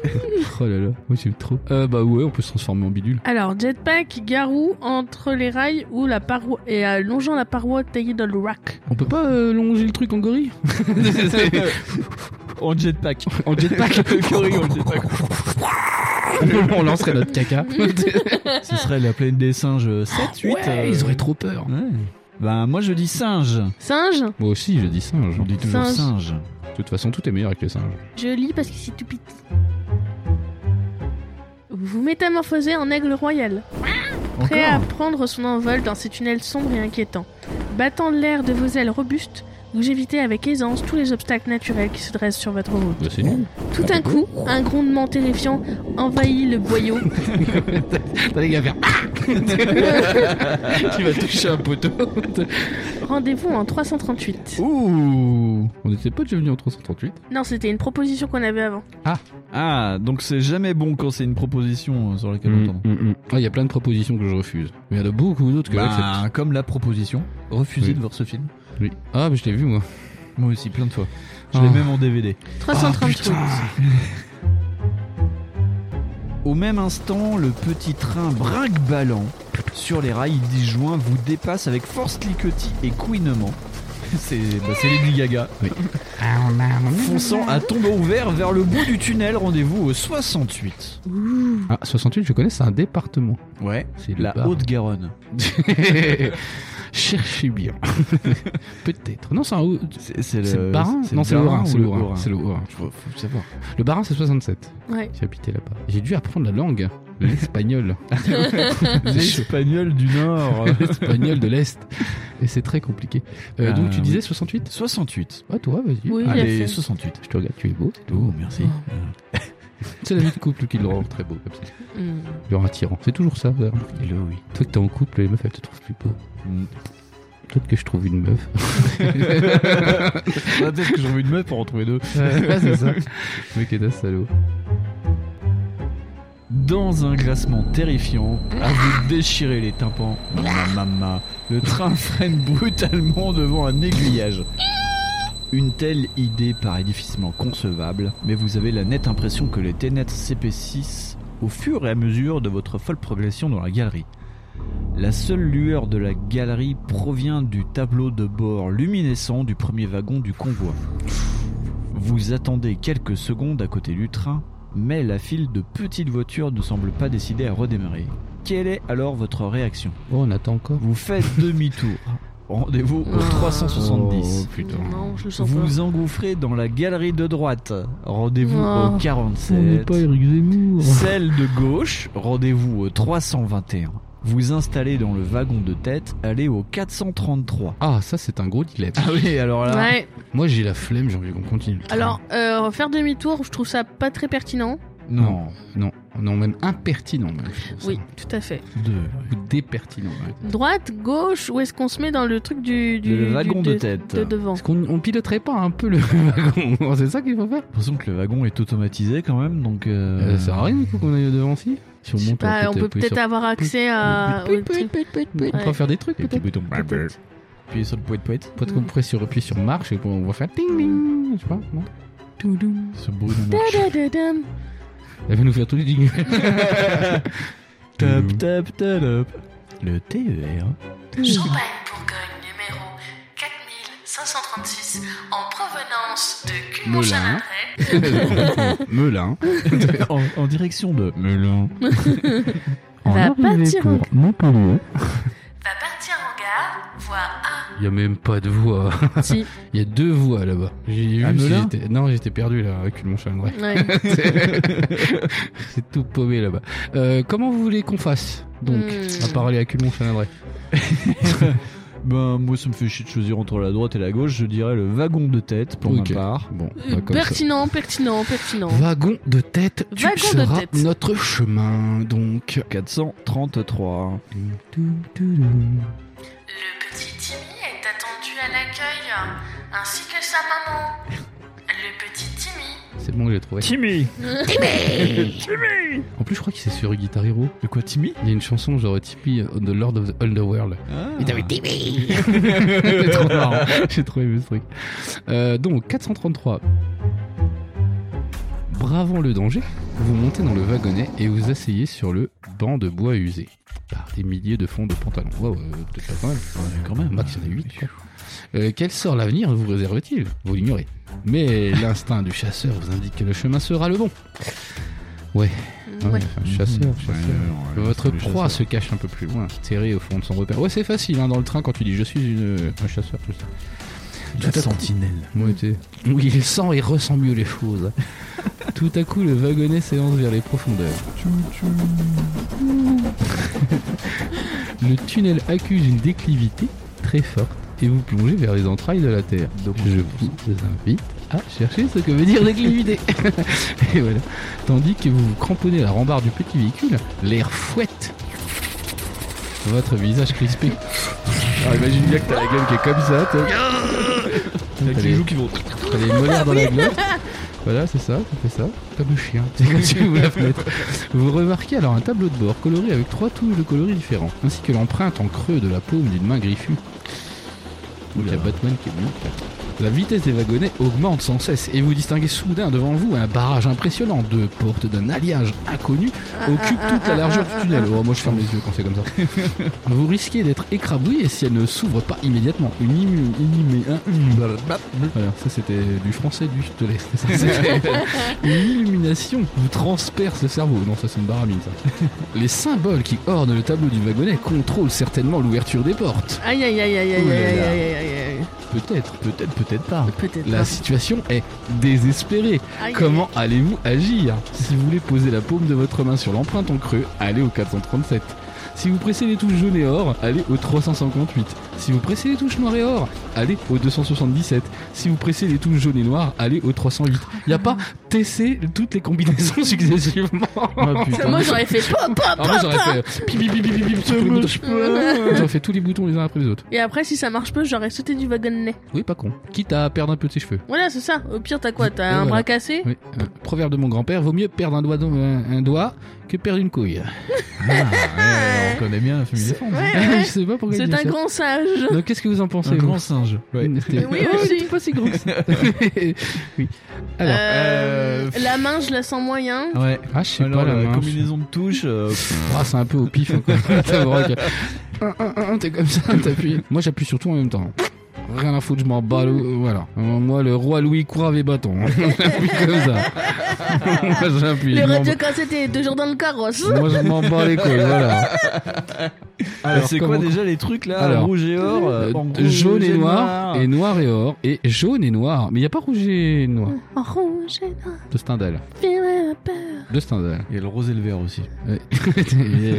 Speaker 3: oh là là, moi j'aime trop. Euh, bah ouais, on peut se transformer en bidule.
Speaker 2: Alors, jetpack, garou, entre les rails ou la paroi. Et euh, longeant la paroi taillée dans le rack.
Speaker 3: On peut pas euh, longer le truc en gorille
Speaker 4: en jetpack.
Speaker 3: En jetpack
Speaker 4: Curry en jetpack.
Speaker 3: On lancerait notre caca.
Speaker 4: Ce serait la plaine des singes euh, 7, 8. euh,
Speaker 3: ils auraient trop peur.
Speaker 4: Ouais. Ben, moi je dis singe.
Speaker 2: Singe
Speaker 3: Moi aussi, je dis singe.
Speaker 4: On dit toujours
Speaker 2: Singe.
Speaker 4: singe.
Speaker 3: De toute façon, tout est meilleur avec les singes.
Speaker 2: Je lis parce que c'est tout petit. Vous vous métamorphosez en aigle royal, prêt à
Speaker 4: Encore
Speaker 2: prendre son envol dans ces tunnels sombres et inquiétants. Battant l'air de vos ailes robustes, vous évitez avec aisance tous les obstacles naturels qui se dressent sur votre route.
Speaker 3: Bah, c'est nul.
Speaker 2: Tout d'un coup, un grondement terrifiant envahit le boyau.
Speaker 3: T'as Bah, les gars faire. Ah Tu vas toucher un poteau.
Speaker 2: Rendez-vous en 338.
Speaker 4: Ouh
Speaker 3: On n'était pas déjà venu en 338.
Speaker 2: Non, c'était une proposition qu'on avait avant.
Speaker 4: Ah, donc c'est jamais bon quand c'est une proposition euh, sur laquelle on tombe.
Speaker 3: Mm, mm, mm. Ah, il y a plein de propositions que je refuse. Mais il y en a beaucoup d'autres que j'accepte.
Speaker 4: Bah, comme la proposition, refuser
Speaker 3: Oui.
Speaker 4: de voir ce film.
Speaker 3: Oui. Ah, mais je l'ai vu moi.
Speaker 4: Moi aussi, plein de fois. Je
Speaker 3: Ah.
Speaker 4: l'ai même en DVD.
Speaker 2: 338.
Speaker 4: Au même instant, le petit train braque-ballant sur les rails disjoints vous dépasse avec force cliquetis et couinement. C'est bah, c'est Lady Gaga.
Speaker 2: Ah,
Speaker 4: Fonçant à tombeau ouvert vers le bout du tunnel, rendez-vous au 68.
Speaker 3: Ah, 68, je connais, c'est un département.
Speaker 4: Ouais,
Speaker 3: C'est le
Speaker 4: la
Speaker 3: bar.
Speaker 4: Haute-Garonne.
Speaker 3: Cherchez bien. Peut-être. Non, c'est un.
Speaker 4: C'est
Speaker 3: C'est le Barin Non, c'est le Haut-Rhin. C'est le Haut-Rhin. C'est le Haut-Rhin.
Speaker 4: Faut, faut savoir.
Speaker 3: Le Barin, c'est 67.
Speaker 2: Ouais.
Speaker 3: J'ai habité là-bas. J'ai dû apprendre la langue. L'espagnol. Ah,
Speaker 4: Espagnol du Nord.
Speaker 3: L'espagnol de l'Est. Et c'est très compliqué. Euh, donc
Speaker 4: Euh,
Speaker 3: tu
Speaker 4: oui.
Speaker 3: disais 68
Speaker 4: 68.
Speaker 3: Ah, toi, vas-y.
Speaker 2: Oui, il a
Speaker 4: Allez,
Speaker 2: fait.
Speaker 4: 68.
Speaker 3: Je te regarde, tu es beau.
Speaker 4: Oh, merci.
Speaker 3: Ah. C'est la vie de couple qui le rend très beau, comme ça.
Speaker 2: Hmm.
Speaker 3: Le rend attirant. C'est toujours ça. d'ailleurs.
Speaker 4: Hello, oui.
Speaker 3: Toi que t'es en couple, les meufs, elles te trouvent plus beau.
Speaker 4: Mm.
Speaker 3: Peut-être que je trouve une meuf.
Speaker 4: Ah, Peut-être que j'ai envie de meuf pour en trouver deux.
Speaker 3: ouais, c'est ça. Mais qu'est-ce que salaud.
Speaker 4: Dans un glacement terrifiant, à vous déchirer les tympans, maman, le train freine brutalement devant un aiguillage. Une telle idée paraît difficilement concevable, mais vous avez la nette impression que les ténèbres s'épaississent au fur et à mesure de votre folle progression dans la galerie. La seule lueur de la galerie provient du tableau de bord luminescent du premier wagon du convoi. Vous attendez quelques secondes à côté du train, mais la file de petites voitures ne semble pas décidée à redémarrer. Quelle est alors votre réaction
Speaker 3: Oh, on attend encore.
Speaker 4: Vous faites demi-tour. Rendez-vous au 370.
Speaker 3: Ah. Oh, putain.
Speaker 2: Non, je le sens pas.
Speaker 4: Vous engouffrez dans la galerie de droite. Rendez-vous
Speaker 2: Oh.
Speaker 4: au
Speaker 3: On n'est
Speaker 4: 47.
Speaker 3: pas Eric Zemmour.
Speaker 4: Celle de gauche, rendez-vous au 321. Vous installez dans le wagon de tête, allez au 433.
Speaker 3: Ah, ça, c'est un gros dilemme.
Speaker 4: Ah oui, alors là.
Speaker 2: Ouais.
Speaker 3: Moi, j'ai la flemme, j'ai envie qu'on continue. le train.
Speaker 2: Alors, euh, faire demi-tour, je trouve ça pas très pertinent.
Speaker 4: Non,
Speaker 3: Non, non, même impertinent, même. je trouve ça.
Speaker 2: Oui, tout à fait.
Speaker 4: deux.
Speaker 3: Ou dépertinent, ouais.
Speaker 2: Droite, gauche, où est-ce qu'on se met dans le truc du... du
Speaker 4: Le
Speaker 2: du-
Speaker 4: wagon
Speaker 2: de,
Speaker 4: de tête.
Speaker 2: de devant.
Speaker 3: Est-ce qu'on on piloterait pas un peu le wagon C'est ça qu'il faut faire
Speaker 4: J'ai l'impression que le wagon est automatisé quand même, donc. euh,
Speaker 3: Euh, Ça sert à rien du coup qu'on aille devant si Si on monte,
Speaker 2: Bah, on peut
Speaker 3: appuyer
Speaker 2: peut-être avoir accès à...
Speaker 3: sur...
Speaker 2: au truc.
Speaker 3: On
Speaker 2: Ouais.
Speaker 3: peut faire des trucs
Speaker 4: Les petits
Speaker 3: peut-être.
Speaker 4: boutons. Appuyez sur le poète poète.
Speaker 3: Peut-être
Speaker 2: Mm.
Speaker 3: qu'on pourrait sur appuyer sur marche et qu'on- on va faire ding ding. Je sais pas, non Toudoum.
Speaker 4: Ce bruit de marche.
Speaker 2: Da-da-da-dam.
Speaker 3: Elle va nous faire tous les jingles.
Speaker 4: Tap
Speaker 3: Mhm.
Speaker 4: tap tadop. Le
Speaker 3: E
Speaker 4: TER.
Speaker 5: Champagne Bourgogne numéro 4536 en provenance de Cumont-Chalindrey.
Speaker 3: Melun.
Speaker 4: en, en direction de Melun.
Speaker 2: Va partir en...
Speaker 5: Va partir en gare, voie A.
Speaker 3: Il y a même pas de voie.
Speaker 2: Si,
Speaker 3: Il y a deux voies là-bas. J'ai
Speaker 4: À
Speaker 3: vu si
Speaker 4: Melun
Speaker 3: j'étais- Non, j'étais perdu là avec mon chalindré.
Speaker 2: ouais.
Speaker 3: C'est tout paumé là-bas. Euh, comment vous voulez qu'on fasse donc
Speaker 2: Hmm.
Speaker 3: à parler à Culmont Chalindré
Speaker 4: Ben, moi, ça me fait chier de choisir entre la droite et la gauche. Je dirais le wagon de tête pour
Speaker 3: Ok.
Speaker 4: ma part.
Speaker 3: Bon, bah, comme ça.
Speaker 2: Pertinent, pertinent, pertinent.
Speaker 3: Wagon de tête, tu
Speaker 2: Wagon de
Speaker 3: seras
Speaker 2: tête.
Speaker 3: notre chemin, donc.
Speaker 4: 433.
Speaker 5: Le petit Timmy est attendu à l'accueil, ainsi que sa maman. Le petit Timmy
Speaker 3: C'est bon, je l'ai trouvé.
Speaker 4: Timmy
Speaker 3: En plus, je crois qu'il s'est sur Guitar Hero.
Speaker 4: De quoi, Timmy
Speaker 3: Il y a une chanson genre Tipeee on the Lord of the Underworld.
Speaker 4: ah.
Speaker 3: Et t'avais Tipeee C'est trop marrant. J'ai trop aimé ce truc. Euh, donc, 433. Bravant le danger, vous montez dans le wagonnet et vous asseyez sur le banc de bois usé par des milliers de fonds de pantalons. Waouh, euh, peut-être pas quand même.
Speaker 4: quand même.
Speaker 3: Max, il y en a huit, quoi. Euh, quel sort l'avenir vous réserve-t-il Vous l'ignorez. Mais l'instinct du chasseur vous indique que le chemin sera le bon. Ah Mmh. Ouais,
Speaker 2: Ouais.
Speaker 3: enfin, chasseur, chasseur. Votre proie se cache un peu plus loin, serrée au fond de son repère. Ouais, c'est facile, hein, dans le train, quand tu dis je suis une, un chasseur, tout ça.
Speaker 4: La
Speaker 3: Tout à coup-
Speaker 4: sentinelle.
Speaker 3: Ouais, tu sais. Mm. Oui, il sent et ressent mieux les choses. tout à coup, le wagonnet s'élance vers les profondeurs. le tunnel accuse une déclivité très forte et vous plongez vers les entrailles de la Terre.
Speaker 4: Donc,
Speaker 3: Je vous invite à chercher ce que veut dire déclivité. et voilà. Tandis que vous vous cramponnez à la rambarde du petit véhicule, l'air fouette. Votre visage crispé.
Speaker 4: Alors, Ah, imagine bien que t'as la gueule qui est comme ça, t'as
Speaker 3: T'as
Speaker 4: avec
Speaker 3: les-
Speaker 4: les joues qui vont.
Speaker 3: T'as les molaires dans la glotte. Voilà, c'est ça, ça fait ça. Comme le chien. C'est quand tu ouvres la fenêtre. Vous remarquez alors un tableau de bord coloré avec trois touches de coloris différents, ainsi que l'empreinte en creux de la paume d'une main griffue. Donc il y a
Speaker 4: Oula.
Speaker 3: Batman qui est venu. La vitesse des wagonnets augmente sans cesse et vous distinguez soudain devant vous un barrage impressionnant. Deux portes d'un alliage inconnu occupent toute la largeur du tunnel. Oh, moi je ferme les yeux quand c'est comme ça. Vous risquez d'être écrabouillé si elle ne s'ouvre pas immédiatement. Une immu- inhumé- un- une- Voilà, ça c'était du français du je te laisse. Ça, c'était- une illumination vous transperce le cerveau. Non, ça c'est une baramine ça. Les symboles qui ornent le tableau du wagonnet contrôlent certainement l'ouverture des portes.
Speaker 2: Aïe aïe aïe aïe aïe aïe aïe aïe aïe aïe.
Speaker 3: Peut-être.
Speaker 4: Peut-être, peut-être pas.
Speaker 2: Peut-être
Speaker 3: La
Speaker 2: pas.
Speaker 3: situation est désespérée.
Speaker 2: Aïe,
Speaker 3: Comment allez-vous agir Si vous voulez poser la paume de votre main sur l'empreinte en creux, allez au 437. Si vous pressez les touches jaunes et or, allez au 358. Si vous pressez les touches noires et or, allez au 277. Si vous pressez les touches jaunes et noires, allez au 308. Il n'y a pas TC toutes les combinaisons successivement.
Speaker 4: Ah,
Speaker 2: aïe.
Speaker 4: putain.
Speaker 2: Moi j'aurais fait pop pop
Speaker 3: Alors moi
Speaker 2: pop
Speaker 3: j'aurais fait euh, pi, pi, pi, pi, pi, pi, sur tous les boutons. J'aurais fait tous les boutons les uns après les autres.
Speaker 2: Et après si ça marche pas j'aurais sauté du wagonnet.
Speaker 3: Oui, pas con. Quitte à perdre un peu de ses cheveux.
Speaker 2: Voilà c'est ça. Au pire t'as quoi
Speaker 3: Et
Speaker 2: T'as un
Speaker 3: voilà.
Speaker 2: bras cassé
Speaker 3: Oui, euh, proverbe de mon grand-père, vaut mieux perdre un doigt, dans- un, un doigt que perdre une couille.
Speaker 4: Ah, ouais, on connaît bien la famille des fonds.
Speaker 2: Ouais, ouais.
Speaker 3: Je sais pas pourquoi il
Speaker 2: C'est
Speaker 3: dit
Speaker 2: un
Speaker 3: ça.
Speaker 2: grand sage.
Speaker 3: Donc qu'est-ce que vous en pensez
Speaker 4: Un
Speaker 3: vous
Speaker 4: grand singe. Ouais.
Speaker 3: C'était-
Speaker 2: Oui,
Speaker 3: Oh,
Speaker 2: aussi.
Speaker 3: il était pas si gros que ça. oui. Alors,
Speaker 2: Euh,
Speaker 4: euh,
Speaker 2: La main je la sens moyen.
Speaker 4: Ouais.
Speaker 3: ah, je sais
Speaker 4: Alors,
Speaker 3: pas la
Speaker 4: la
Speaker 3: main.
Speaker 4: combinaison de touches. euh, pff,
Speaker 3: Ah, c'est un peu au pif. hein, quoi. T'as vraiment que- Un, un, un, t'es comme ça, t'appuies. Moi, j'appuie sur tout en même temps. Rien à foutre, je m'en bats. le- Voilà. Moi, le roi Louis courave et bâton. J'appuie comme ça. Moi, j'appuie.
Speaker 2: Le
Speaker 3: je m'en
Speaker 2: radio
Speaker 3: bats-
Speaker 2: quand c'était deux jours dans le carrosse.
Speaker 3: Moi, je m'en bats les couilles. Voilà.
Speaker 4: Alors, c'est quoi
Speaker 3: comment-
Speaker 4: déjà les trucs là
Speaker 3: Alors,
Speaker 4: Rouge et or euh,
Speaker 3: Euh,
Speaker 4: en rouge
Speaker 3: jaune et noir, et noir et or, et jaune et noir. Mais il n'y a pas rouge et noir
Speaker 2: En rouge et noir,
Speaker 3: de Stendhal.
Speaker 2: viendrait la peur.
Speaker 3: De Stendhal.
Speaker 4: Il y a le rose et le vert aussi.
Speaker 3: Ouais.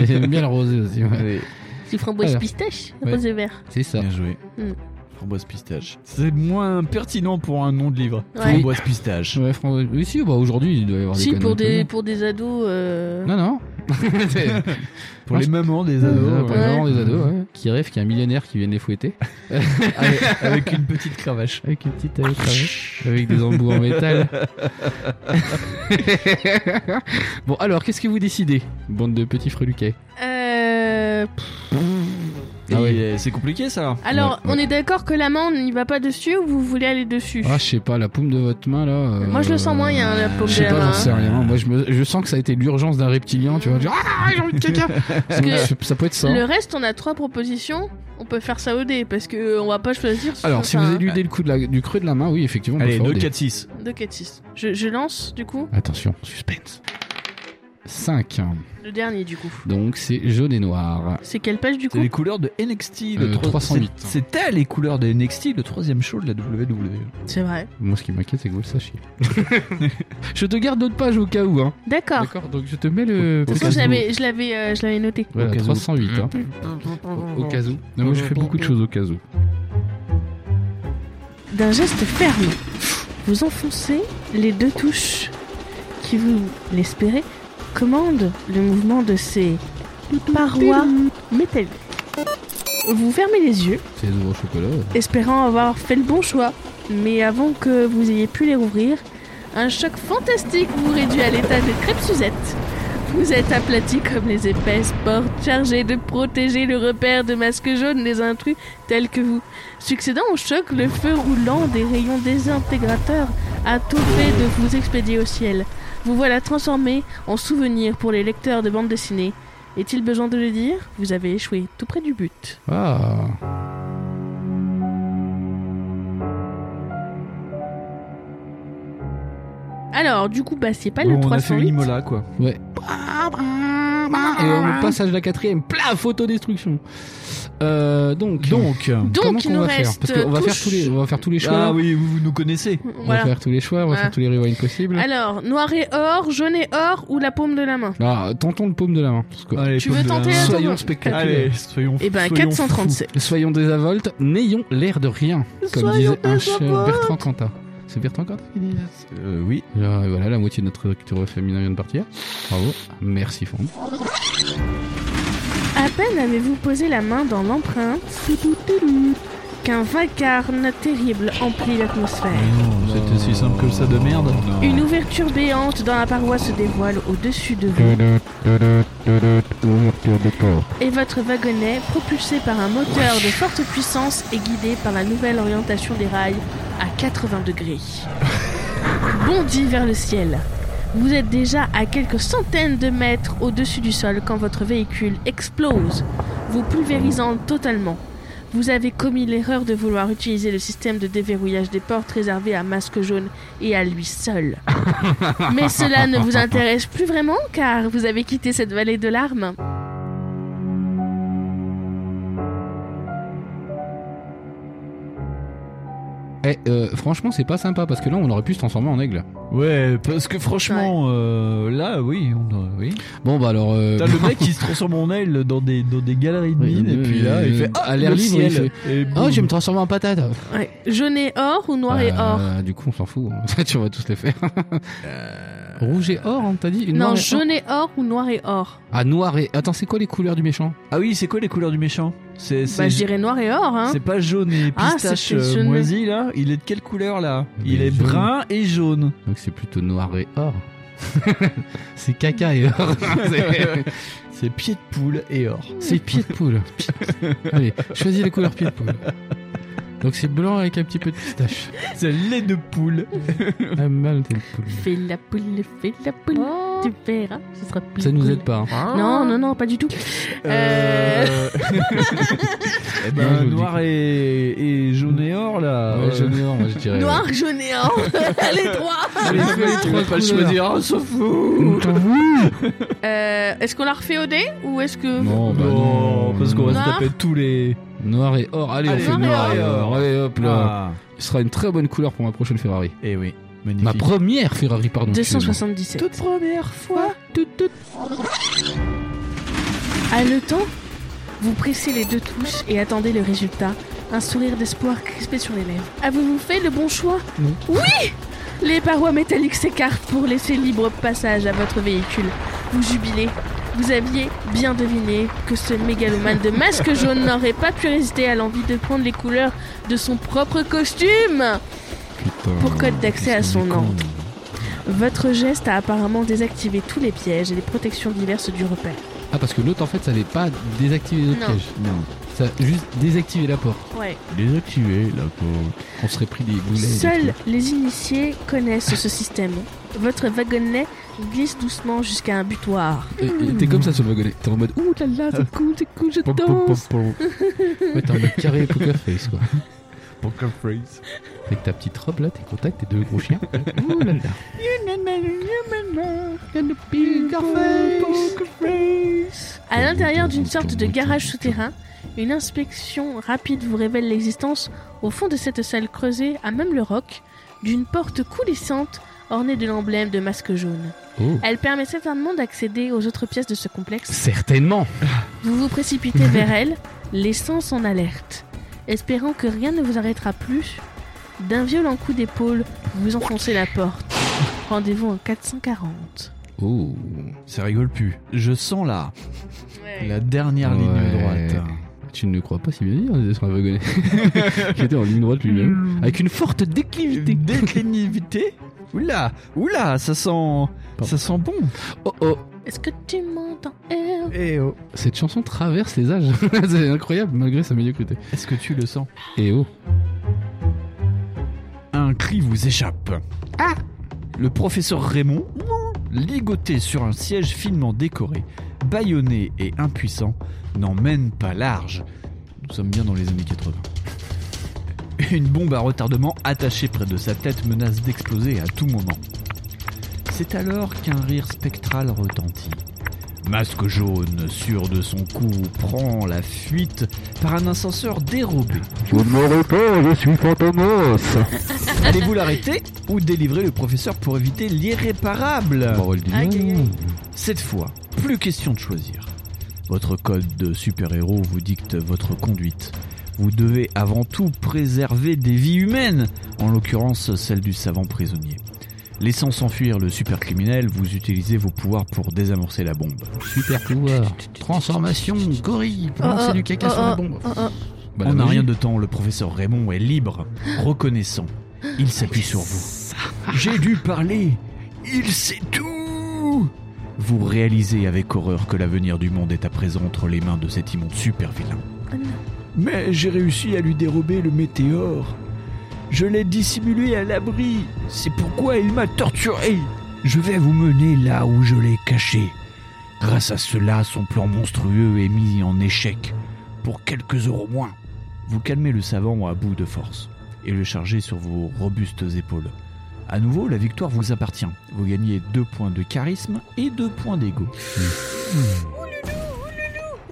Speaker 3: J'aime bien le rosé aussi. ouais.
Speaker 4: Allez,
Speaker 2: C'est framboise
Speaker 3: Alors.
Speaker 2: pistache,
Speaker 3: Ah, Ouais.
Speaker 2: rose et vert.
Speaker 3: C'est ça.
Speaker 4: bien joué. Mm.
Speaker 2: Hmm.
Speaker 4: Framboise pistache. C'est moins pertinent pour un nom de livre.
Speaker 2: Ouais.
Speaker 4: Framboise pistache.
Speaker 3: Ouais, Fran- oui, si, bah, aujourd'hui, il doit y avoir des
Speaker 2: Si pour
Speaker 3: conneries
Speaker 2: des
Speaker 3: un peu.
Speaker 2: pour des ados. euh,
Speaker 3: Non, non. C'est-
Speaker 4: Pour les mamans des ados.
Speaker 3: Euh, pour les
Speaker 2: ouais.
Speaker 3: parents des ados, ouais, Qui rêvent qu'il y a un millionnaire qui vienne les fouetter.
Speaker 4: Avec, avec une petite cravache.
Speaker 3: Avec une petite euh, avec, avec des embouts en métal. bon, alors, qu'est-ce que vous décidez, bande de petits freluquets
Speaker 2: euh,
Speaker 4: Et,
Speaker 3: Ah ouais.
Speaker 4: euh, C'est compliqué ça.
Speaker 2: Alors,
Speaker 3: Ouais,
Speaker 2: on est d'accord que la main, on n'y va pas dessus ou vous voulez aller dessus
Speaker 3: Ah, je sais pas, la paume de votre main, là. euh,
Speaker 2: Moi, je le sens moyen, la paume
Speaker 3: Je
Speaker 2: de
Speaker 3: sais
Speaker 2: la
Speaker 3: pas,
Speaker 2: main.
Speaker 3: j'en sais
Speaker 2: hein.
Speaker 3: rien. Moi, je, me- je sens que ça a été l'urgence d'un reptilien, tu vois. Genre, ah, j'ai envie de caca. Ça-
Speaker 2: que
Speaker 3: ça peut être ça.
Speaker 2: Le reste, on a trois propositions. On peut faire ça au dé parce que euh, on va pas choisir. sur-
Speaker 3: Alors, si vous
Speaker 2: enfin,
Speaker 3: éludez le coup de la- du creux de la main, oui, effectivement, on peut
Speaker 4: Allez,
Speaker 3: faire
Speaker 4: 2,
Speaker 3: des-
Speaker 4: 4, 6.
Speaker 2: deux, quatre, six. Je, je lance du coup.
Speaker 3: Attention, suspense. 5.
Speaker 2: Le dernier, du coup.
Speaker 3: Donc c'est jaune et noir.
Speaker 2: C'est quelle page, du
Speaker 4: C'est
Speaker 2: coup
Speaker 4: les couleurs de NXT.
Speaker 3: Euh,
Speaker 4: Le tro-
Speaker 3: 308.
Speaker 4: c'est- C'était les couleurs de NXT, le troisième show de la E. WWE.
Speaker 2: C'est vrai.
Speaker 3: Moi, ce qui m'inquiète, c'est que vous le sachiez. je te garde d'autres pages au cas où. Hein.
Speaker 2: D'accord.
Speaker 3: D'accord Donc, je te mets le.
Speaker 4: Au
Speaker 2: De toute
Speaker 4: cas
Speaker 2: façon,
Speaker 4: où.
Speaker 2: je l'avais- je l'avais euh, je l'avais noté.
Speaker 3: Voilà,
Speaker 4: Au cas où.
Speaker 3: 308. Hein. Au, au cas où. Non, moi, je fais beaucoup de choses au cas où.
Speaker 2: D'un geste ferme, vous enfoncez les deux touches qui, vous l'espérez, commandent le mouvement de ces parois métalliques. Vous fermez les yeux,
Speaker 3: C'est les ouvres au chocolat.
Speaker 2: espérant avoir fait le bon choix. Mais avant que vous ayez pu les rouvrir, un choc fantastique vous réduit à l'état de crêpe Suzette. Vous êtes aplati comme les épaisses portes chargées de protéger le repère de masques jaunes des intrus tels que vous. Succédant au choc, le feu roulant des rayons désintégrateurs a tout fait de vous expédier au ciel. Vous voilà transformé en souvenir pour les lecteurs de bande dessinée. Est-il besoin de le dire Vous avez échoué tout près du but.
Speaker 3: Ah
Speaker 2: Alors, du coup, bah, c'est pas
Speaker 4: Bon,
Speaker 2: le
Speaker 4: on a fait
Speaker 2: 308.
Speaker 4: l'Imola, quoi.
Speaker 3: Ouais. Et
Speaker 2: Ah.
Speaker 3: on passe à la quatrième. Plaf Autodestruction euh, Donc.
Speaker 4: Donc,
Speaker 2: Donc,
Speaker 3: comment
Speaker 2: il
Speaker 3: qu'on
Speaker 2: nous
Speaker 3: va faire
Speaker 2: reste
Speaker 3: Parce qu'on va,
Speaker 2: touche.
Speaker 3: faire tous les- on va faire tous les choix.
Speaker 4: ah oui, vous, vous nous connaissez.
Speaker 3: On
Speaker 2: Voilà.
Speaker 3: va faire tous les choix, on va
Speaker 2: Ah.
Speaker 3: faire tous les rewinds possibles.
Speaker 2: Alors, noir et or, jaune et or ou la paume de la main
Speaker 3: Ah, tentons le paume de la main. parce que-
Speaker 4: Allez,
Speaker 2: Tu
Speaker 4: paume
Speaker 2: veux
Speaker 4: de la
Speaker 2: tenter
Speaker 4: main.
Speaker 2: la
Speaker 3: Soyons
Speaker 2: tombe
Speaker 3: spectaculaires.
Speaker 4: Allez, soyons
Speaker 2: Eh ben,
Speaker 4: soyons
Speaker 2: 437.
Speaker 3: Soyons désinvoltes, n'ayons l'air de rien, comme
Speaker 2: Soyons
Speaker 3: disait un cher
Speaker 2: désinvoltes.
Speaker 3: Bertrand Cantat. C'est Bertrand Cantat qui dit ça
Speaker 4: fous. Euh, oui.
Speaker 3: Là, Voilà, la moitié de notre lecture féminin vient de partir. Bravo, merci Franck.
Speaker 2: À peine avez-vous posé la main dans l'empreinte qu'un vacarme terrible emplit l'atmosphère.
Speaker 4: C'était si simple que ça de merde. Non.
Speaker 2: Une ouverture béante dans la paroi se dévoile au-dessus de vous et votre wagonnet, propulsé par un moteur de forte puissance, est guidé par la nouvelle orientation des rails à 80 degrés. Bondit vers le ciel. Vous êtes déjà à quelques centaines de mètres au-dessus du sol quand votre véhicule explose, vous pulvérisant totalement. Vous avez commis l'erreur de vouloir utiliser le système de déverrouillage des portes réservé à Masque Jaune et à lui seul. Mais cela ne vous intéresse plus vraiment car vous avez quitté cette vallée de larmes
Speaker 3: Eh, euh, franchement, c'est pas sympa parce que là, on aurait pu se transformer en aigle.
Speaker 4: Ouais, parce que franchement, euh, là, oui, on, euh, oui.
Speaker 3: Bon, bah alors. euh,
Speaker 4: T'as le mec qui se transforme en aile dans des, dans des galeries de
Speaker 3: Oui,
Speaker 4: mines, et
Speaker 3: oui,
Speaker 4: puis là,
Speaker 3: oui,
Speaker 4: il
Speaker 3: oui.
Speaker 4: fait Ah,
Speaker 3: À l'air
Speaker 4: le
Speaker 3: libre,
Speaker 4: ciel.
Speaker 3: il
Speaker 4: Et
Speaker 3: Oh,
Speaker 4: boum.
Speaker 3: je vais me transformer en patate
Speaker 2: Ouais. Jaune et or ou noir et or
Speaker 3: Euh, Du coup, on s'en fout. Ça, tu vas tous les faire.
Speaker 4: Euh.
Speaker 3: Rouge et or, on t'a dit Une
Speaker 2: Non,
Speaker 3: noire et or
Speaker 2: jaune et or ou noir et or
Speaker 3: Ah, noir et. Attends, c'est quoi les couleurs du méchant
Speaker 4: Ah oui, c'est quoi les couleurs du méchant C'est
Speaker 2: Bah,
Speaker 4: c'est-
Speaker 2: je dirais noir et or, hein
Speaker 4: c'est pas jaune et
Speaker 2: Ah,
Speaker 4: pistache
Speaker 2: c'est- c'est
Speaker 4: euh,
Speaker 2: jaune.
Speaker 4: moisi là Il est de quelle couleur là
Speaker 3: Mais
Speaker 4: Il est
Speaker 3: bah, jaune.
Speaker 4: brun et jaune.
Speaker 3: Donc c'est plutôt noir et or. c'est caca et or.
Speaker 4: Ah,
Speaker 3: C'est-
Speaker 4: C'est pied de poule et or.
Speaker 3: c'est pied de poule. Allez, choisis la couleur pied de poule. Donc c'est blanc avec un petit peu de pistache.
Speaker 4: C'est lait de poule.
Speaker 3: Ah, mal t'es de poule.
Speaker 2: Fais la poule, fais la poule, tu verras, ce sera plus
Speaker 3: Ça nous
Speaker 2: cool.
Speaker 3: aide pas. hein.
Speaker 2: Non, non, non, pas du tout. Euh,
Speaker 4: eh
Speaker 3: Non, je
Speaker 4: ben,
Speaker 3: vous Ah
Speaker 4: noir et, et jaune et or là. Euh,
Speaker 3: Ouais, jaune et or, moi je dirais.
Speaker 2: Noir, jaune et or, les trois
Speaker 3: Les trois- les
Speaker 4: Tu
Speaker 3: trois
Speaker 4: vas pas le
Speaker 3: couleurs.
Speaker 4: choisir, on s'en fout.
Speaker 3: Bah,
Speaker 2: Euh, Est-ce qu'on la refait au dé ou est-ce que...
Speaker 3: Non, bah non,
Speaker 4: non, parce qu'on va se
Speaker 2: Noir.
Speaker 4: taper tous les.
Speaker 3: Noir et or. Allez,
Speaker 4: Allez,
Speaker 3: on fait noir
Speaker 4: noir
Speaker 3: et
Speaker 4: et
Speaker 3: or.
Speaker 4: or.
Speaker 3: Allez, hop là.
Speaker 4: Ah.
Speaker 3: Ce sera une très bonne couleur pour ma prochaine Ferrari.
Speaker 4: Eh oui,
Speaker 3: Ma
Speaker 4: magnifique.
Speaker 3: première Ferrari, pardon. excusez-moi.
Speaker 2: 277.
Speaker 4: toute première fois. Toute, toute.
Speaker 2: Haletant, vous pressez les deux touches et attendez le résultat. Un sourire d'espoir crispé sur les lèvres. Avez-vous fait le bon choix
Speaker 3: Non.
Speaker 2: Oui Les parois métalliques s'écartent pour laisser libre passage à votre véhicule. Vous jubilez. Vous aviez bien deviné que ce mégalomane de masque jaune n'aurait pas pu résister à l'envie de prendre les couleurs de son propre costume
Speaker 3: Putain,
Speaker 2: pour code d'accès à
Speaker 3: qu'est-ce qu'on
Speaker 2: son
Speaker 3: est
Speaker 2: nom.
Speaker 3: con.
Speaker 2: Votre geste a apparemment désactivé tous les pièges et les protections diverses du repère.
Speaker 3: Ah, parce que l'autre en fait, ça n'avait pas désactiver les autres
Speaker 2: Non.
Speaker 3: pièges.
Speaker 4: Non.
Speaker 3: Ça a juste désactivé la porte.
Speaker 2: Ouais.
Speaker 4: Désactivé là
Speaker 3: On serait pris des boulets. et des
Speaker 2: Seuls les initiés connaissent ce système. Votre wagonnet glisse doucement jusqu'à un butoir.
Speaker 3: Et- et T'es comme ça sur le wagonnet. T'es en mode ouh là là, c'est cool, c'est cool, je danse. Ouais, t'es en mode carré poker face quoi.
Speaker 4: Pour comme phrase.
Speaker 3: Avec ta petite robe là, tes contacts, tes deux gros chiens. Ouh là là. Gonna be Garface.
Speaker 2: À l'intérieur d'une sorte de garage souterrain, une inspection rapide vous révèle l'existence, au fond de cette salle creusée à même le roc, d'une porte coulissante ornée de l'emblème de masque jaune.
Speaker 3: Oh.
Speaker 2: Elle permet certainement d'accéder aux autres pièces de ce complexe.
Speaker 3: Certainement.
Speaker 2: Vous vous précipitez vers elle, laissant en alerte, espérant que rien ne vous arrêtera plus. D'un violent coup d'épaule, vous enfoncez la porte. Rendez-vous en 440.
Speaker 3: Oh.
Speaker 4: Ça rigole plus. Je sens là la dernière
Speaker 3: Ouais.
Speaker 4: ligne droite.
Speaker 3: Tu ne crois pas si bien dire, on était sur un wagonnet. Qui était en ligne droite lui-même. Avec une forte déclivité.
Speaker 4: Une Déclinivité Oula, oula, ça sent, ça sent bon.
Speaker 3: Oh oh.
Speaker 2: Est-ce que tu m'entends Eve
Speaker 4: Eh oh.
Speaker 3: Cette chanson traverse les âges. C'est incroyable malgré sa médiocrité.
Speaker 4: Est-ce que tu le sens
Speaker 3: Et oh.
Speaker 4: Un cri vous échappe. Ah Le professeur Raymond, ligoté sur un siège finement décoré, bâillonné et impuissant, n'en mène pas large. Nous sommes bien dans les années 80. Une bombe à retardement attachée près de sa tête menace d'exploser à tout moment. C'est alors qu'un rire spectral retentit. Masque jaune, sûr de son coup, prend la fuite par un ascenseur dérobé.
Speaker 6: Je ne mourrai pas, je suis Fantomos
Speaker 4: Allez-vous l'arrêter ou délivrer le professeur pour éviter l'irréparable
Speaker 3: Parole du
Speaker 2: Aïe, aïe, aïe.
Speaker 4: Cette fois, plus question de choisir. Votre code de super-héros vous dicte votre conduite. Vous devez avant tout préserver des vies humaines, en l'occurrence celle du savant prisonnier. Laissant s'enfuir le super-criminel, vous utilisez vos pouvoirs pour désamorcer la bombe.
Speaker 3: Super pouvoir. Transformation, gorille. Pour
Speaker 2: Oh,
Speaker 3: lancer
Speaker 2: oh,
Speaker 3: du caca
Speaker 2: oh,
Speaker 3: sur la
Speaker 2: oh,
Speaker 3: bombe.
Speaker 2: oh, oh.
Speaker 3: Bah, la
Speaker 4: On n'a
Speaker 3: magie.
Speaker 4: rien de temps, le professeur Raymond est libre, reconnaissant. Il s'appuie sur vous. J'ai dû parler, il sait tout Vous réalisez avec horreur que l'avenir du monde est à présent entre les mains de cet immonde super vilain.
Speaker 2: Ah non.
Speaker 4: Mais j'ai réussi à lui dérober le météore. Je l'ai dissimulé à l'abri. C'est pourquoi il m'a torturé. Je vais vous mener là où je l'ai caché. Grâce à cela, son plan monstrueux est mis en échec. Pour quelques euros moins. Vous calmez le savant à bout de force et le chargez sur vos robustes épaules. À nouveau, la victoire vous appartient. Vous gagnez deux points de charisme et deux points d'ego.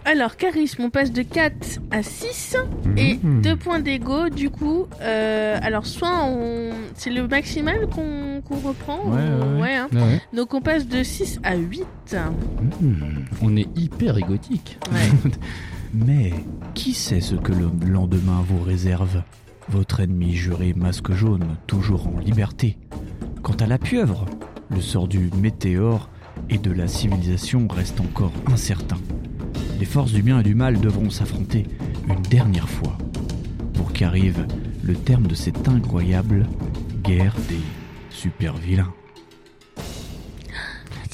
Speaker 2: Alors, charisme, on passe de 4 à 6 et
Speaker 6: Hmm.
Speaker 4: Mhm.
Speaker 2: 2 points d'ego. Du coup, euh, alors soit on... c'est le maximal qu'on qu'on reprend.
Speaker 4: Ouais,
Speaker 2: ou-
Speaker 4: ouais, ouais.
Speaker 2: hein.
Speaker 3: Ouais, ouais.
Speaker 2: Donc on passe de 6 à 8.
Speaker 3: Mmh. On est hyper égotique.
Speaker 4: Mais qui sait ce que le lendemain vous réserve Votre ennemi juré masque jaune, toujours en liberté. Quant à la pieuvre, le sort du météore et de la civilisation reste encore incertain. Les forces du bien et du mal devront s'affronter une dernière fois pour qu'arrive le terme de cette incroyable guerre des super-vilains.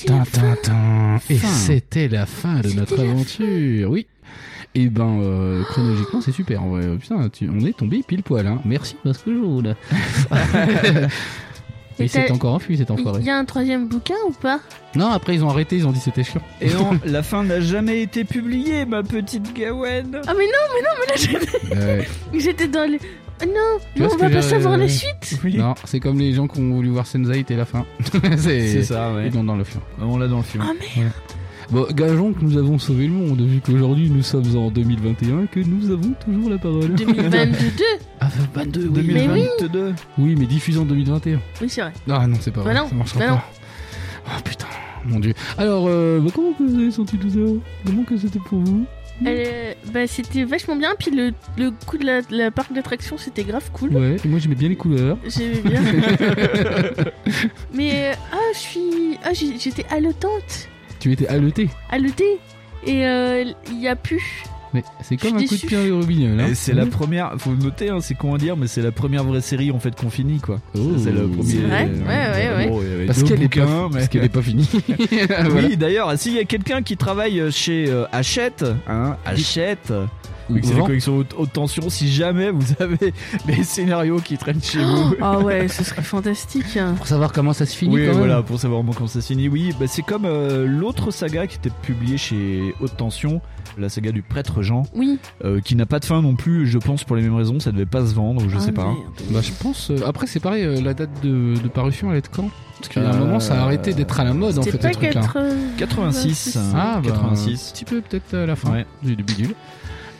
Speaker 3: Tintintin. Et
Speaker 4: Fin.
Speaker 3: c'était la fin de notre aventure, oui. Et ben, euh, chronologiquement, c'est super. en vrai. Putain, tu- on est tombé pile poil. Hein. Merci, parce que jaune.
Speaker 2: Et
Speaker 3: Et c'est
Speaker 2: t'as-
Speaker 3: encore enfui, cet enfoiré.
Speaker 2: Il y a un troisième bouquin ou pas
Speaker 3: Non, après, ils ont arrêté, ils ont dit c'était chiant.
Speaker 4: Et non, la fin n'a jamais été publiée, ma petite Gawen.
Speaker 2: Ah mais non,
Speaker 3: Euh,
Speaker 2: mais j'étais dans le... Ah Non,
Speaker 3: Tu
Speaker 2: non
Speaker 3: vois
Speaker 2: on
Speaker 3: ce
Speaker 2: va
Speaker 3: que
Speaker 2: pas
Speaker 3: j'ai-
Speaker 2: savoir la
Speaker 3: euh,
Speaker 2: suite.
Speaker 3: non, c'est comme les gens qui ont voulu voir Sensei et la fin.
Speaker 4: c'est
Speaker 3: c'est
Speaker 4: ça, ouais.
Speaker 3: Ils l'ont dans le film.
Speaker 4: On l'a dans le film.
Speaker 2: Ah mais
Speaker 3: Bon, gageons que nous avons sauvé le monde, vu qu'aujourd'hui nous sommes en 2021 que nous avons toujours la parole.
Speaker 2: 2022
Speaker 3: Ah, 22, oui.
Speaker 2: Mais oui.
Speaker 4: 2022.
Speaker 3: Oui, mais diffusé en 2021.
Speaker 2: Oui, c'est vrai.
Speaker 3: Ah non, c'est pas
Speaker 2: Bah
Speaker 3: vrai.
Speaker 2: non,
Speaker 3: ça marchera
Speaker 2: bah
Speaker 3: pas.
Speaker 2: non.
Speaker 3: Oh putain, mon dieu. Alors, euh, bah, comment que vous avez senti tout ça Comment que c'était pour vous
Speaker 2: Euh, bah, c'était vachement bien, puis le, le coup de la, la parc d'attraction, c'était grave cool.
Speaker 3: Ouais, et moi j'aimais bien les couleurs.
Speaker 2: J'aimais bien. Mais euh, ah, je suis. Ah, j'ai- j'étais haletante,
Speaker 3: Tu étais haleté.
Speaker 2: haletée. Et euh, il y a plus.
Speaker 3: Mais c'est comme
Speaker 2: Je suis
Speaker 3: un coup de hein.
Speaker 2: déçue.
Speaker 3: pied au robinet, là.
Speaker 4: Et c'est la première, faut le noter, hein, c'est comment dire, mais c'est la première vraie série en fait qu'on finit quoi.
Speaker 3: Oh.
Speaker 4: C'est le premier.
Speaker 2: C'est vrai
Speaker 4: euh,
Speaker 2: Ouais, ouais, ouais.
Speaker 4: bon, il y avait
Speaker 3: Parce
Speaker 4: deux
Speaker 3: qu'elle est, pas-
Speaker 4: bouquins, mais-
Speaker 3: parce qu'elle est pas finie. Voilà.
Speaker 4: Oui, d'ailleurs, s'il y a quelqu'un qui travaille chez euh, Hachette, hein, Hachette,
Speaker 3: ou
Speaker 4: C'est les
Speaker 3: vent.
Speaker 4: connexions haute, haute tension. Si jamais vous avez les scénarios qui traînent chez vous.
Speaker 2: Ah ouais, ce serait fantastique. hein.
Speaker 3: Pour savoir comment ça se finit
Speaker 4: oui,
Speaker 3: quand même.
Speaker 4: voilà, pour savoir vraiment comment ça se finit. Oui, bah, c'est comme euh, l'autre saga qui était publiée chez Haute Tension, la saga du prêtre Jean,
Speaker 2: Oui.
Speaker 4: euh, qui n'a pas de fin non plus, je pense, pour les mêmes raisons. Ça devait pas se vendre, je
Speaker 2: Ah,
Speaker 4: sais pas.
Speaker 2: merde.
Speaker 3: Bah, je pense. euh, après, c'est pareil, euh, la date de, de parution, elle est de quand Parce qu'à un
Speaker 4: Euh,
Speaker 3: moment, ça a arrêté d'être à la mode en fait,
Speaker 2: C'est pas euh,
Speaker 3: ce truc-là.
Speaker 4: 86.
Speaker 3: Ah, bah,
Speaker 4: 86.
Speaker 3: Un petit peu peut-être à la fin
Speaker 4: Ouais.
Speaker 3: du, du bidule.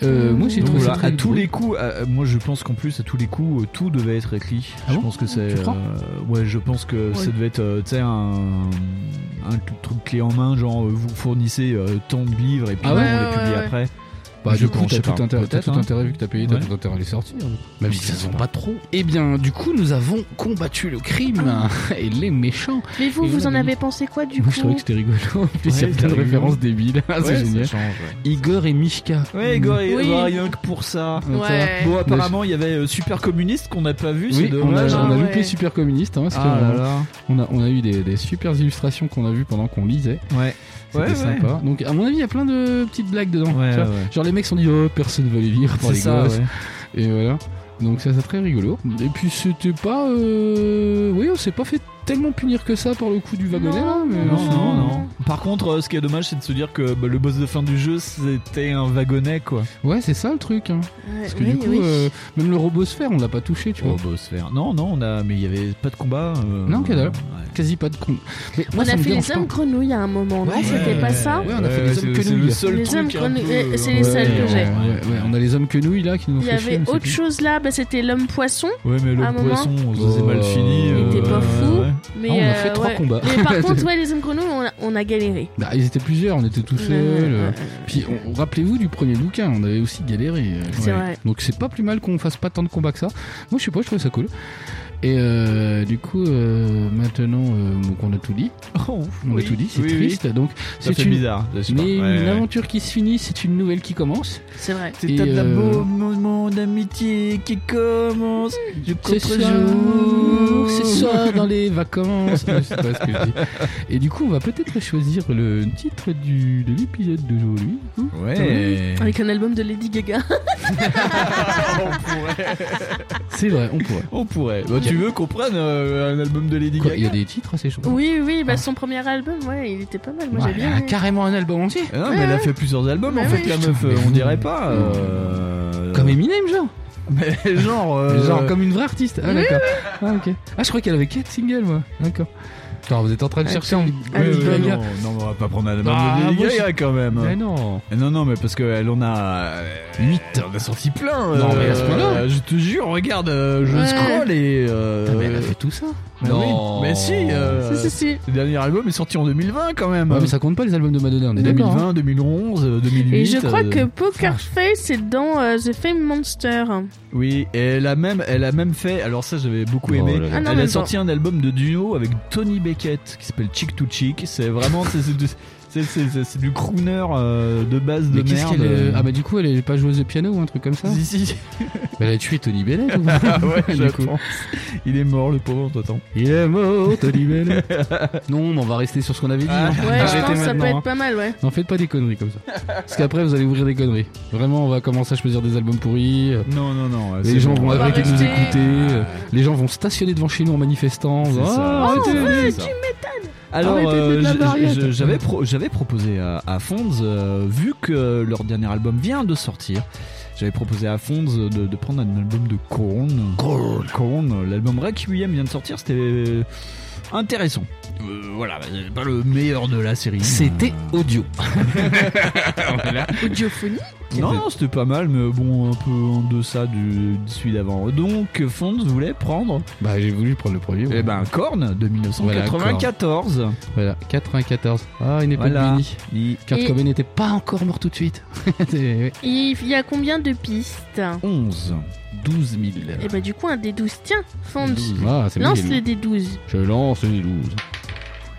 Speaker 3: Euh, moi, j'ai
Speaker 4: Donc
Speaker 3: trouvé
Speaker 4: voilà,
Speaker 3: ça très
Speaker 4: à tous
Speaker 3: rigolo.
Speaker 4: les coups, euh, moi je pense qu'en plus à tous les coups, euh, tout devait être écrit.
Speaker 3: Ah
Speaker 4: je
Speaker 3: bon
Speaker 4: pense que c'est,
Speaker 3: Tu crois
Speaker 4: euh, ouais, je pense que ça
Speaker 2: Ouais.
Speaker 4: devait être, euh, tu sais, un, un tout- truc clé en main, genre euh, vous fournissez euh, tant de livres et puis
Speaker 3: Ah
Speaker 4: nous,
Speaker 3: ouais,
Speaker 4: on les
Speaker 2: ouais,
Speaker 4: publie
Speaker 2: ouais.
Speaker 4: après.
Speaker 3: Bah,
Speaker 4: Je
Speaker 3: du coup,
Speaker 4: pense, je
Speaker 3: t'as
Speaker 4: sais
Speaker 3: tout
Speaker 4: pas.
Speaker 3: intérêt, t'as
Speaker 4: Peut-être,
Speaker 3: tout
Speaker 4: hein.
Speaker 3: intérêt vu que t'as payé, t'as
Speaker 4: Ouais.
Speaker 3: tout intérêt à les sortir. Même
Speaker 4: Mais
Speaker 3: si ça
Speaker 4: ça
Speaker 3: se
Speaker 4: se
Speaker 3: vend pas trop. Eh bien, du coup, nous avons combattu le crime
Speaker 4: Ah.
Speaker 3: et les méchants.
Speaker 2: Mais vous,
Speaker 3: Et
Speaker 2: vous
Speaker 3: on
Speaker 2: en
Speaker 3: a-
Speaker 2: avez pensé quoi du
Speaker 3: Moi, je
Speaker 2: coup
Speaker 3: trouvais que c'était rigolo. En plus, il y
Speaker 4: Ouais,
Speaker 3: a plein de
Speaker 4: c'est rigolo.
Speaker 3: références débiles. Ah,
Speaker 4: Ouais,
Speaker 3: c'est génial.
Speaker 4: Ça change, ouais.
Speaker 3: Igor et Mishka.
Speaker 4: Ouais, Igor et
Speaker 2: Oui.
Speaker 4: bah, rien que pour ça.
Speaker 3: Donc, ça va.
Speaker 2: Ouais.
Speaker 4: Bon, apparemment, il y avait euh, Super Communiste qu'on n'a pas vu, c'est
Speaker 3: Oui, on a,
Speaker 4: dommage. hein.
Speaker 2: Ah
Speaker 3: on a
Speaker 2: ouais.
Speaker 3: loupé Super Communiste. hein, parce que,
Speaker 4: Ah là
Speaker 3: euh,
Speaker 4: là.
Speaker 3: On, a, on a eu des, des super illustrations qu'on a vues pendant qu'on lisait.
Speaker 4: Ouais.
Speaker 3: C'était sympa. Donc, à mon avis, il y a plein de petites blagues dedans.
Speaker 4: Ouais,
Speaker 3: tu vois.
Speaker 4: ouais.
Speaker 3: Genre, les mecs se sont dit, oh, personne va les lire par les
Speaker 4: C'est ça,
Speaker 3: gosses.
Speaker 4: ouais.
Speaker 3: Et voilà. Donc ça c'est très rigolo. Et puis c'était pas... euh, Oui, on s'est pas fait tellement punir que ça par le coup du wagonnet là.
Speaker 2: Non,
Speaker 3: Mais
Speaker 2: non,
Speaker 3: enfin,
Speaker 2: non.
Speaker 4: Non, non. Par contre, euh, ce qui est dommage, c'est de se dire que bah, le boss de fin du jeu, c'était un wagonnet, quoi.
Speaker 3: Ouais, c'est ça le truc. hein.
Speaker 2: Ouais,
Speaker 3: Parce que
Speaker 2: Bah oui,
Speaker 3: du coup,
Speaker 2: oui.
Speaker 3: euh, même le robosphère, on l'a pas touché, tu vois.
Speaker 4: boss faire. Non, non, on a, mais il y avait pas de combat. euh,
Speaker 3: Non, que dalle.
Speaker 4: ouais.
Speaker 3: Quasi pas de con. Mais
Speaker 2: on
Speaker 3: moi, ça
Speaker 2: a
Speaker 3: me
Speaker 2: fait les
Speaker 3: dérange
Speaker 2: hommes
Speaker 3: pas.
Speaker 2: grenouilles à un moment, non
Speaker 3: Ouais,
Speaker 2: C'était
Speaker 3: ouais,
Speaker 2: pas ça
Speaker 3: ouais, on a fait les hommes
Speaker 4: c'est- c'est
Speaker 3: quenouilles.
Speaker 4: le seul
Speaker 2: Les
Speaker 4: truc
Speaker 2: hommes
Speaker 4: un
Speaker 2: grenouilles,
Speaker 4: peu,
Speaker 2: et- et c'est les
Speaker 4: ouais,
Speaker 2: seuls que j'ai.
Speaker 4: ouais, ouais, ouais,
Speaker 3: Bah, on a les hommes quenouilles là qui nous ont
Speaker 2: Il y
Speaker 3: fait chier,
Speaker 2: avait
Speaker 3: euh, on sait
Speaker 2: autre
Speaker 3: plus.
Speaker 2: chose là, bah, c'était l'homme poisson.
Speaker 4: Ouais, mais
Speaker 2: À un
Speaker 4: le
Speaker 2: moment,
Speaker 4: poisson, on se faisait mal fini. euh,
Speaker 3: il
Speaker 2: était pas fou.
Speaker 4: ouais.
Speaker 2: Mais
Speaker 3: Ah, on a fait
Speaker 2: euh,
Speaker 3: trois
Speaker 2: ouais.
Speaker 3: combats.
Speaker 2: Mais par contre, ouais, les hommes grenouilles, on a, on a galéré.
Speaker 3: Bah, ils étaient plusieurs, on était tout seuls. euh.
Speaker 2: Euh,
Speaker 3: Puis on- rappelez-vous du premier bouquin, on avait aussi galéré. euh,
Speaker 2: C'est
Speaker 4: Ouais.
Speaker 2: vrai.
Speaker 3: Donc c'est pas plus mal qu'on fasse pas tant de combats que ça. Moi je sais pas, je trouve ça cool. Et euh, du coup, euh, maintenant euh, donc on a tout dit,
Speaker 4: Oh,
Speaker 3: on
Speaker 4: oui,
Speaker 3: a tout dit, c'est
Speaker 4: oui, oui.
Speaker 3: triste. Donc
Speaker 4: Ça
Speaker 3: c'est
Speaker 4: fait
Speaker 3: une,
Speaker 4: bizarre. je sais pas.
Speaker 3: mais
Speaker 4: Ouais,
Speaker 3: une
Speaker 4: ouais.
Speaker 3: aventure qui se finit, c'est une nouvelle qui commence.
Speaker 2: C'est vrai.
Speaker 4: C'est
Speaker 3: Et,
Speaker 4: un
Speaker 3: euh,
Speaker 4: beau moment d'amitié qui commence. Je
Speaker 3: C'est soir, c'est soir dans les vacances. Ouais, je sais pas ce que je dis. Et du coup, on va peut-être choisir le titre du, de l'épisode d'aujourd'hui.
Speaker 4: Ouais.
Speaker 2: Avec un album de Lady Gaga.
Speaker 4: on pourrait.
Speaker 3: Eh, C'est vrai, on pourrait.
Speaker 4: On pourrait. Bah, tu veux qu'on prenne euh, un album de Lady
Speaker 3: Quoi,
Speaker 4: Gaga
Speaker 3: il y a des titres assez chouettes.
Speaker 2: Oui, oui, bah son premier album, ouais, il était pas mal. Moi,
Speaker 3: Ah. Ouais,
Speaker 2: j'ai bien.
Speaker 3: elle a
Speaker 2: aimé.
Speaker 3: carrément un album entier.
Speaker 4: Ah Non, mais elle a fait plusieurs albums en
Speaker 2: Mais
Speaker 4: fait,
Speaker 2: oui.
Speaker 4: la meuf, euh, on dirait pas. euh,
Speaker 3: Comme Eminem, genre.
Speaker 4: Mais genre. euh,
Speaker 3: Genre comme une vraie artiste. Ah d'accord. Ah ok. Ah je crois qu'elle avait 4 singles moi. D'accord. Attends, vous êtes en train
Speaker 2: Ah,
Speaker 3: de chercher en...
Speaker 4: ouais, ouais,
Speaker 2: Lady
Speaker 4: ouais,
Speaker 2: Gaga.
Speaker 4: non, Euh, non, on va pas prendre un album
Speaker 3: Ah,
Speaker 4: de Lady
Speaker 3: moi,
Speaker 4: Gaga quand même. Eh,
Speaker 3: Mais non.
Speaker 4: Non, non, mais parce qu'elle en a.
Speaker 3: 8.
Speaker 4: On a sorti plein.
Speaker 3: Non,
Speaker 4: euh,
Speaker 3: mais à ce point-là.
Speaker 4: Je te jure, regarde, euh, je
Speaker 2: Ouais.
Speaker 4: scroll et. euh,
Speaker 3: mais elle a fait tout ça.
Speaker 4: bah
Speaker 3: Non.
Speaker 4: oui. Mais si. euh,
Speaker 2: Si, si, si.
Speaker 4: Le dernier album est sorti en 2020 quand même.
Speaker 3: Ouais, Ah, mais ça compte pas les albums de Madonna, on est d'accord.
Speaker 4: 2020, 2011, euh, 2008.
Speaker 2: Et je crois
Speaker 4: euh,
Speaker 2: que Poker Face est dans euh, The Fame Monster.
Speaker 4: Oui, et elle a même, elle a même fait. Alors ça, j'avais beaucoup aimé.
Speaker 3: Oh là là.
Speaker 2: Ah non,
Speaker 4: elle a
Speaker 2: mais
Speaker 4: sorti un album de duo avec Tony Beckett qui s'appelle Chick to Chick. C'est vraiment, c'est- c'est c'est- c'est- c'est- c'est du crooner euh, de base de
Speaker 3: Mais qu'est-ce
Speaker 4: merde.
Speaker 3: qu'elle euh, Ah bah du coup elle est pas joueuse de piano ou un truc comme ça
Speaker 4: Si, si.
Speaker 3: Elle a tué Tony Bennett ou
Speaker 4: Ah ouais,
Speaker 3: Du
Speaker 4: je
Speaker 3: coup.
Speaker 4: pense. Il est mort, le pauvre, entre temps.
Speaker 3: Il est mort Tony Bennett Non mais on va rester sur ce qu'on avait dit. hein.
Speaker 2: Ah, Ouais, je
Speaker 3: Arrêtez
Speaker 2: pense que ça peut
Speaker 3: maintenant,
Speaker 2: être pas mal, ouais.
Speaker 3: hein. N'en faites pas des conneries comme ça. Parce qu'après vous allez ouvrir des conneries. Vraiment on va commencer à choisir des albums pourris. euh,
Speaker 4: Non, non, non.
Speaker 3: Les gens vont
Speaker 2: On va
Speaker 3: arrêter de nous
Speaker 2: rester.
Speaker 3: écouter. euh, Les gens vont stationner devant chez nous en manifestant.
Speaker 4: C'est
Speaker 3: Ah,
Speaker 4: ça,
Speaker 3: arrêtez.
Speaker 4: c'est ça, c'est ça. Alors,
Speaker 3: Arrêtez de
Speaker 4: euh,
Speaker 3: mettre la
Speaker 4: je- je-
Speaker 3: barriette.
Speaker 4: j'avais pro- j'avais proposé à, à Fonz, euh, vu que leur dernier album vient de sortir, j'avais proposé à Fonz de, de prendre un album de Korn. Korn, l'album Requiem vient de sortir, c'était euh, intéressant. Euh, voilà, euh, pas le meilleur de la série. Euh.
Speaker 3: C'était audio.
Speaker 2: Audiophonie
Speaker 4: Non, non, c'était pas mal, mais bon, un peu en deçà du, de celui d'avant. Donc, Fonz voulait prendre
Speaker 3: Bah j'ai voulu prendre le premier. ouais.
Speaker 4: eh ben, Korn de 1994.
Speaker 3: Voilà, 94. Ah, une époque
Speaker 4: Voilà.
Speaker 3: bénie.
Speaker 4: Il-
Speaker 3: Kurt
Speaker 2: Et-
Speaker 3: Cobain n'était pas encore mort tout de suite. C'est- ouais.
Speaker 2: Il y a combien de pistes
Speaker 4: 11.
Speaker 3: 12 000.
Speaker 2: Et bah, du coup, un des 12. Tiens, Fonds,
Speaker 3: Ah, c'est
Speaker 2: lance
Speaker 3: bien.
Speaker 2: le des 12.
Speaker 3: Je lance les 12.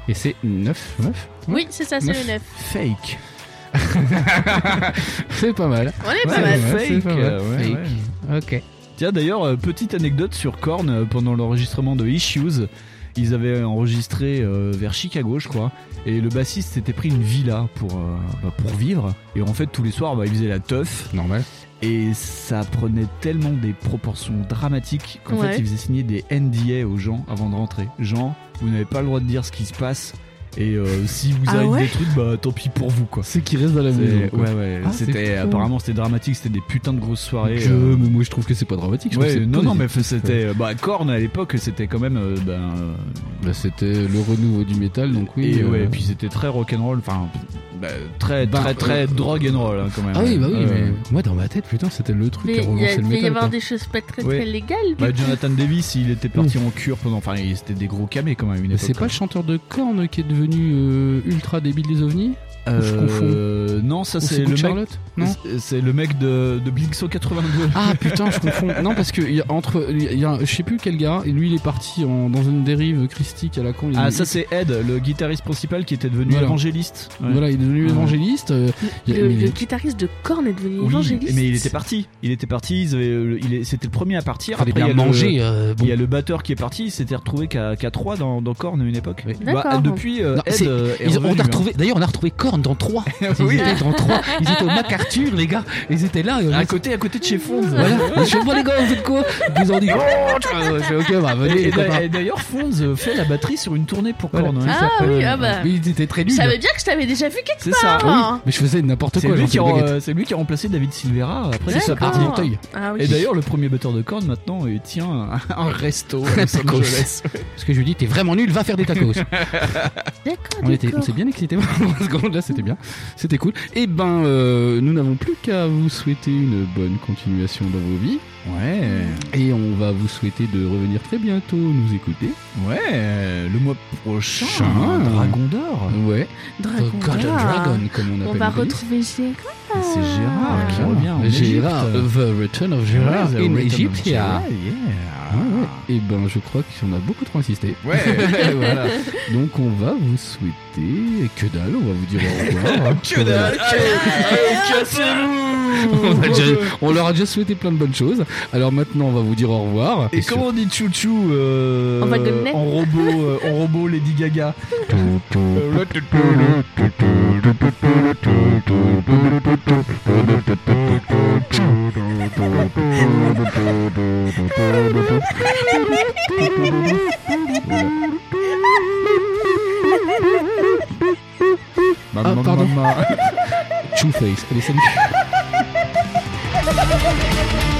Speaker 3: Et c'est 9. 9
Speaker 2: Oui, c'est ça, c'est
Speaker 3: Neuf.
Speaker 2: le 9.
Speaker 4: Fake.
Speaker 3: C'est pas mal.
Speaker 2: On est
Speaker 4: Ouais,
Speaker 2: pas mal.
Speaker 4: ouais.
Speaker 3: c'est pas mal.
Speaker 4: euh, ouais,
Speaker 3: Fake. Ok.
Speaker 4: Tiens d'ailleurs, euh, petite anecdote sur Korn euh, pendant l'enregistrement de Issues. Ils avaient enregistré euh, vers Chicago, je crois. Et le bassiste s'était pris une villa pour, euh, bah, pour vivre. Et en fait, tous les soirs, bah, il faisait la teuf.
Speaker 3: Normal.
Speaker 4: Et ça prenait tellement des proportions dramatiques qu'en
Speaker 2: Ouais.
Speaker 4: fait, il faisait signer des NDA aux gens avant de rentrer. Genre, vous n'avez pas le droit de dire ce qui se passe. Et euh, si vous
Speaker 2: Ah
Speaker 4: arrive
Speaker 2: ouais
Speaker 4: des trucs, bah tant pis pour vous, quoi.
Speaker 3: C'est qui reste dans la
Speaker 4: C'est-
Speaker 3: maison. quoi.
Speaker 4: Ouais, ouais,
Speaker 3: Ah, c'est
Speaker 4: c'était
Speaker 3: fou.
Speaker 4: apparemment c'était dramatique, c'était des putains de grosses soirées.
Speaker 3: Je-
Speaker 4: euh,
Speaker 3: mais moi je trouve que c'est pas dramatique. je trouve
Speaker 4: ouais,
Speaker 3: que c'est
Speaker 4: non, non, mais
Speaker 3: positif.
Speaker 4: c'était. Bah, Korn à l'époque, c'était quand même. euh, ben, euh,
Speaker 3: Bah, c'était le renouveau du métal, donc oui.
Speaker 4: et
Speaker 3: euh,
Speaker 4: ouais, puis c'était très rock'n'roll, enfin, bah, très,
Speaker 3: Bah,
Speaker 4: très, très
Speaker 3: euh,
Speaker 4: drogue and roll, hein, quand même.
Speaker 3: Ah oui, bah oui,
Speaker 4: Euh,
Speaker 3: mais moi dans ma tête, putain, c'était le truc
Speaker 2: Mais il
Speaker 3: à
Speaker 2: y a-
Speaker 3: relancer le
Speaker 2: devait y
Speaker 3: métal.
Speaker 2: avoir
Speaker 3: quoi.
Speaker 2: des choses pas très
Speaker 4: Ouais.
Speaker 2: très légales. du
Speaker 4: Bah,
Speaker 2: coup.
Speaker 4: Jonathan Davis, il était parti en cure pendant. Enfin, il- c'était des gros camés quand même. à Une
Speaker 3: Mais
Speaker 4: époque,
Speaker 3: C'est pas le chanteur de Korn qui est devenu euh, ultra débile des ovnis je
Speaker 4: euh, Non, ça
Speaker 3: Ou
Speaker 4: c'est le
Speaker 3: Good
Speaker 4: mec.
Speaker 3: Charlotte Non
Speaker 4: c'est- C'est le mec de, de Blink 182.
Speaker 3: Ah putain, je confonds. Non, parce que il y a entre, il y a, je sais plus quel gars, et lui il est parti en, dans une dérive christique à la con. il-
Speaker 4: Ah, ça c'est Ed, le guitariste principal qui était devenu
Speaker 3: Voilà.
Speaker 4: évangéliste. Ouais.
Speaker 3: Voilà, il est devenu
Speaker 4: Ouais.
Speaker 3: évangéliste. euh, il y a-
Speaker 2: le,
Speaker 3: mais il
Speaker 2: le
Speaker 3: est-
Speaker 2: guitariste de Korn est devenu
Speaker 4: Oui,
Speaker 2: évangéliste.
Speaker 4: mais il était parti. Il était parti. ils avaient- euh, il est- C'était le premier à partir.
Speaker 3: fallait
Speaker 4: Après, il y
Speaker 3: bien
Speaker 4: a le-
Speaker 3: manger. euh, bon.
Speaker 4: Il y a le batteur qui est parti. Il s'était retrouvé qu'à qu'à 3 dans, dans Korn à une époque.
Speaker 3: Oui.
Speaker 4: Bah,
Speaker 2: D'accord.
Speaker 4: depuis, euh,
Speaker 3: Non,
Speaker 4: Ed
Speaker 3: c'est-
Speaker 4: euh, est
Speaker 3: Ils ont- on
Speaker 4: revenu,
Speaker 3: a
Speaker 4: hein.
Speaker 3: retrouvé, d'ailleurs, on a retrouvé Korn dans 3. Ils
Speaker 4: Oui.
Speaker 3: étaient dans 3. Ils étaient au MacArthur, les gars. Ils étaient là. et on
Speaker 4: À
Speaker 3: a-
Speaker 4: côté, à côté de chez Fond.
Speaker 3: Voilà. Mais je vois les gars, vous êtes quoi Ils ont dit, oh, tu vois, je fais, ok, bah, venez,
Speaker 4: Et, ben,
Speaker 3: les
Speaker 4: et
Speaker 3: copains.
Speaker 4: d'a- et d'ailleurs, Fonz euh, fait la batterie sur une tournée pour
Speaker 3: Voilà,
Speaker 4: Korn.
Speaker 3: c'est
Speaker 4: hein.
Speaker 3: ça.
Speaker 2: Ah oui, ah bah.
Speaker 3: Mais ils étaient très
Speaker 2: Je
Speaker 3: nuls.
Speaker 2: savais bien que je t'avais déjà vu quelque
Speaker 4: C'est ça.
Speaker 3: Ah
Speaker 2: part. hein.
Speaker 3: Mais je faisais n'importe
Speaker 4: C'est
Speaker 3: quoi.
Speaker 4: lui,
Speaker 3: genre,
Speaker 4: qui
Speaker 3: c'est
Speaker 4: a-
Speaker 3: une baguette.
Speaker 4: euh, c'est lui qui a remplacé David Silvera après
Speaker 3: C'est
Speaker 4: sa
Speaker 3: ça,
Speaker 4: partie.
Speaker 3: à Montreuil.
Speaker 2: Ah oui.
Speaker 4: Et d'ailleurs, le premier batteur de Korn maintenant il tient un, un resto à Los
Speaker 3: Tacos.
Speaker 4: Angeles.
Speaker 3: Parce que je lui dis, t'es vraiment nul, va faire des tacos.
Speaker 2: D'accord,
Speaker 3: on était- on
Speaker 2: d'accord.
Speaker 3: s'est bien excité pendant 30 secondes, là, c'était bien. C'était cool. Et ben, euh, nous n'avons plus qu'à vous souhaiter une bonne continuation dans vos vies.
Speaker 4: Ouais,
Speaker 3: Et on va vous souhaiter de revenir très bientôt nous écouter.
Speaker 4: ouais, le mois prochain,
Speaker 3: Prochain.
Speaker 4: Dragon d'Or.
Speaker 3: Ouais.
Speaker 2: Dragon
Speaker 3: God
Speaker 2: Ball.
Speaker 3: of Dragon, comme on appelle.
Speaker 2: On va
Speaker 3: le pays.
Speaker 2: retrouver Gérard.
Speaker 4: Et C'est Gérard qui
Speaker 3: Ah,
Speaker 4: revient en
Speaker 3: Gérard,
Speaker 4: Égypte.
Speaker 3: The Return of Gérard
Speaker 4: Ouais, The
Speaker 3: in
Speaker 4: Return of
Speaker 3: Egypt, yeah.
Speaker 4: Gérard,
Speaker 3: Ah ouais. Et ben, je crois qu'on a beaucoup trop insisté.
Speaker 4: Ouais, voilà.
Speaker 3: Donc, on va vous souhaiter que dalle, on va vous dire au revoir. hein.
Speaker 4: Que dalle, allez, allez, cassez-vous
Speaker 3: On, a déjà- on leur a déjà souhaité plein de bonnes choses. Alors maintenant, on va vous dire au revoir.
Speaker 4: Et comment on dit chouchou euh,
Speaker 2: En wagonnet.
Speaker 4: en robot, euh, en robot Lady Gaga
Speaker 3: Ah, pardon. Two Face. Allez, salut.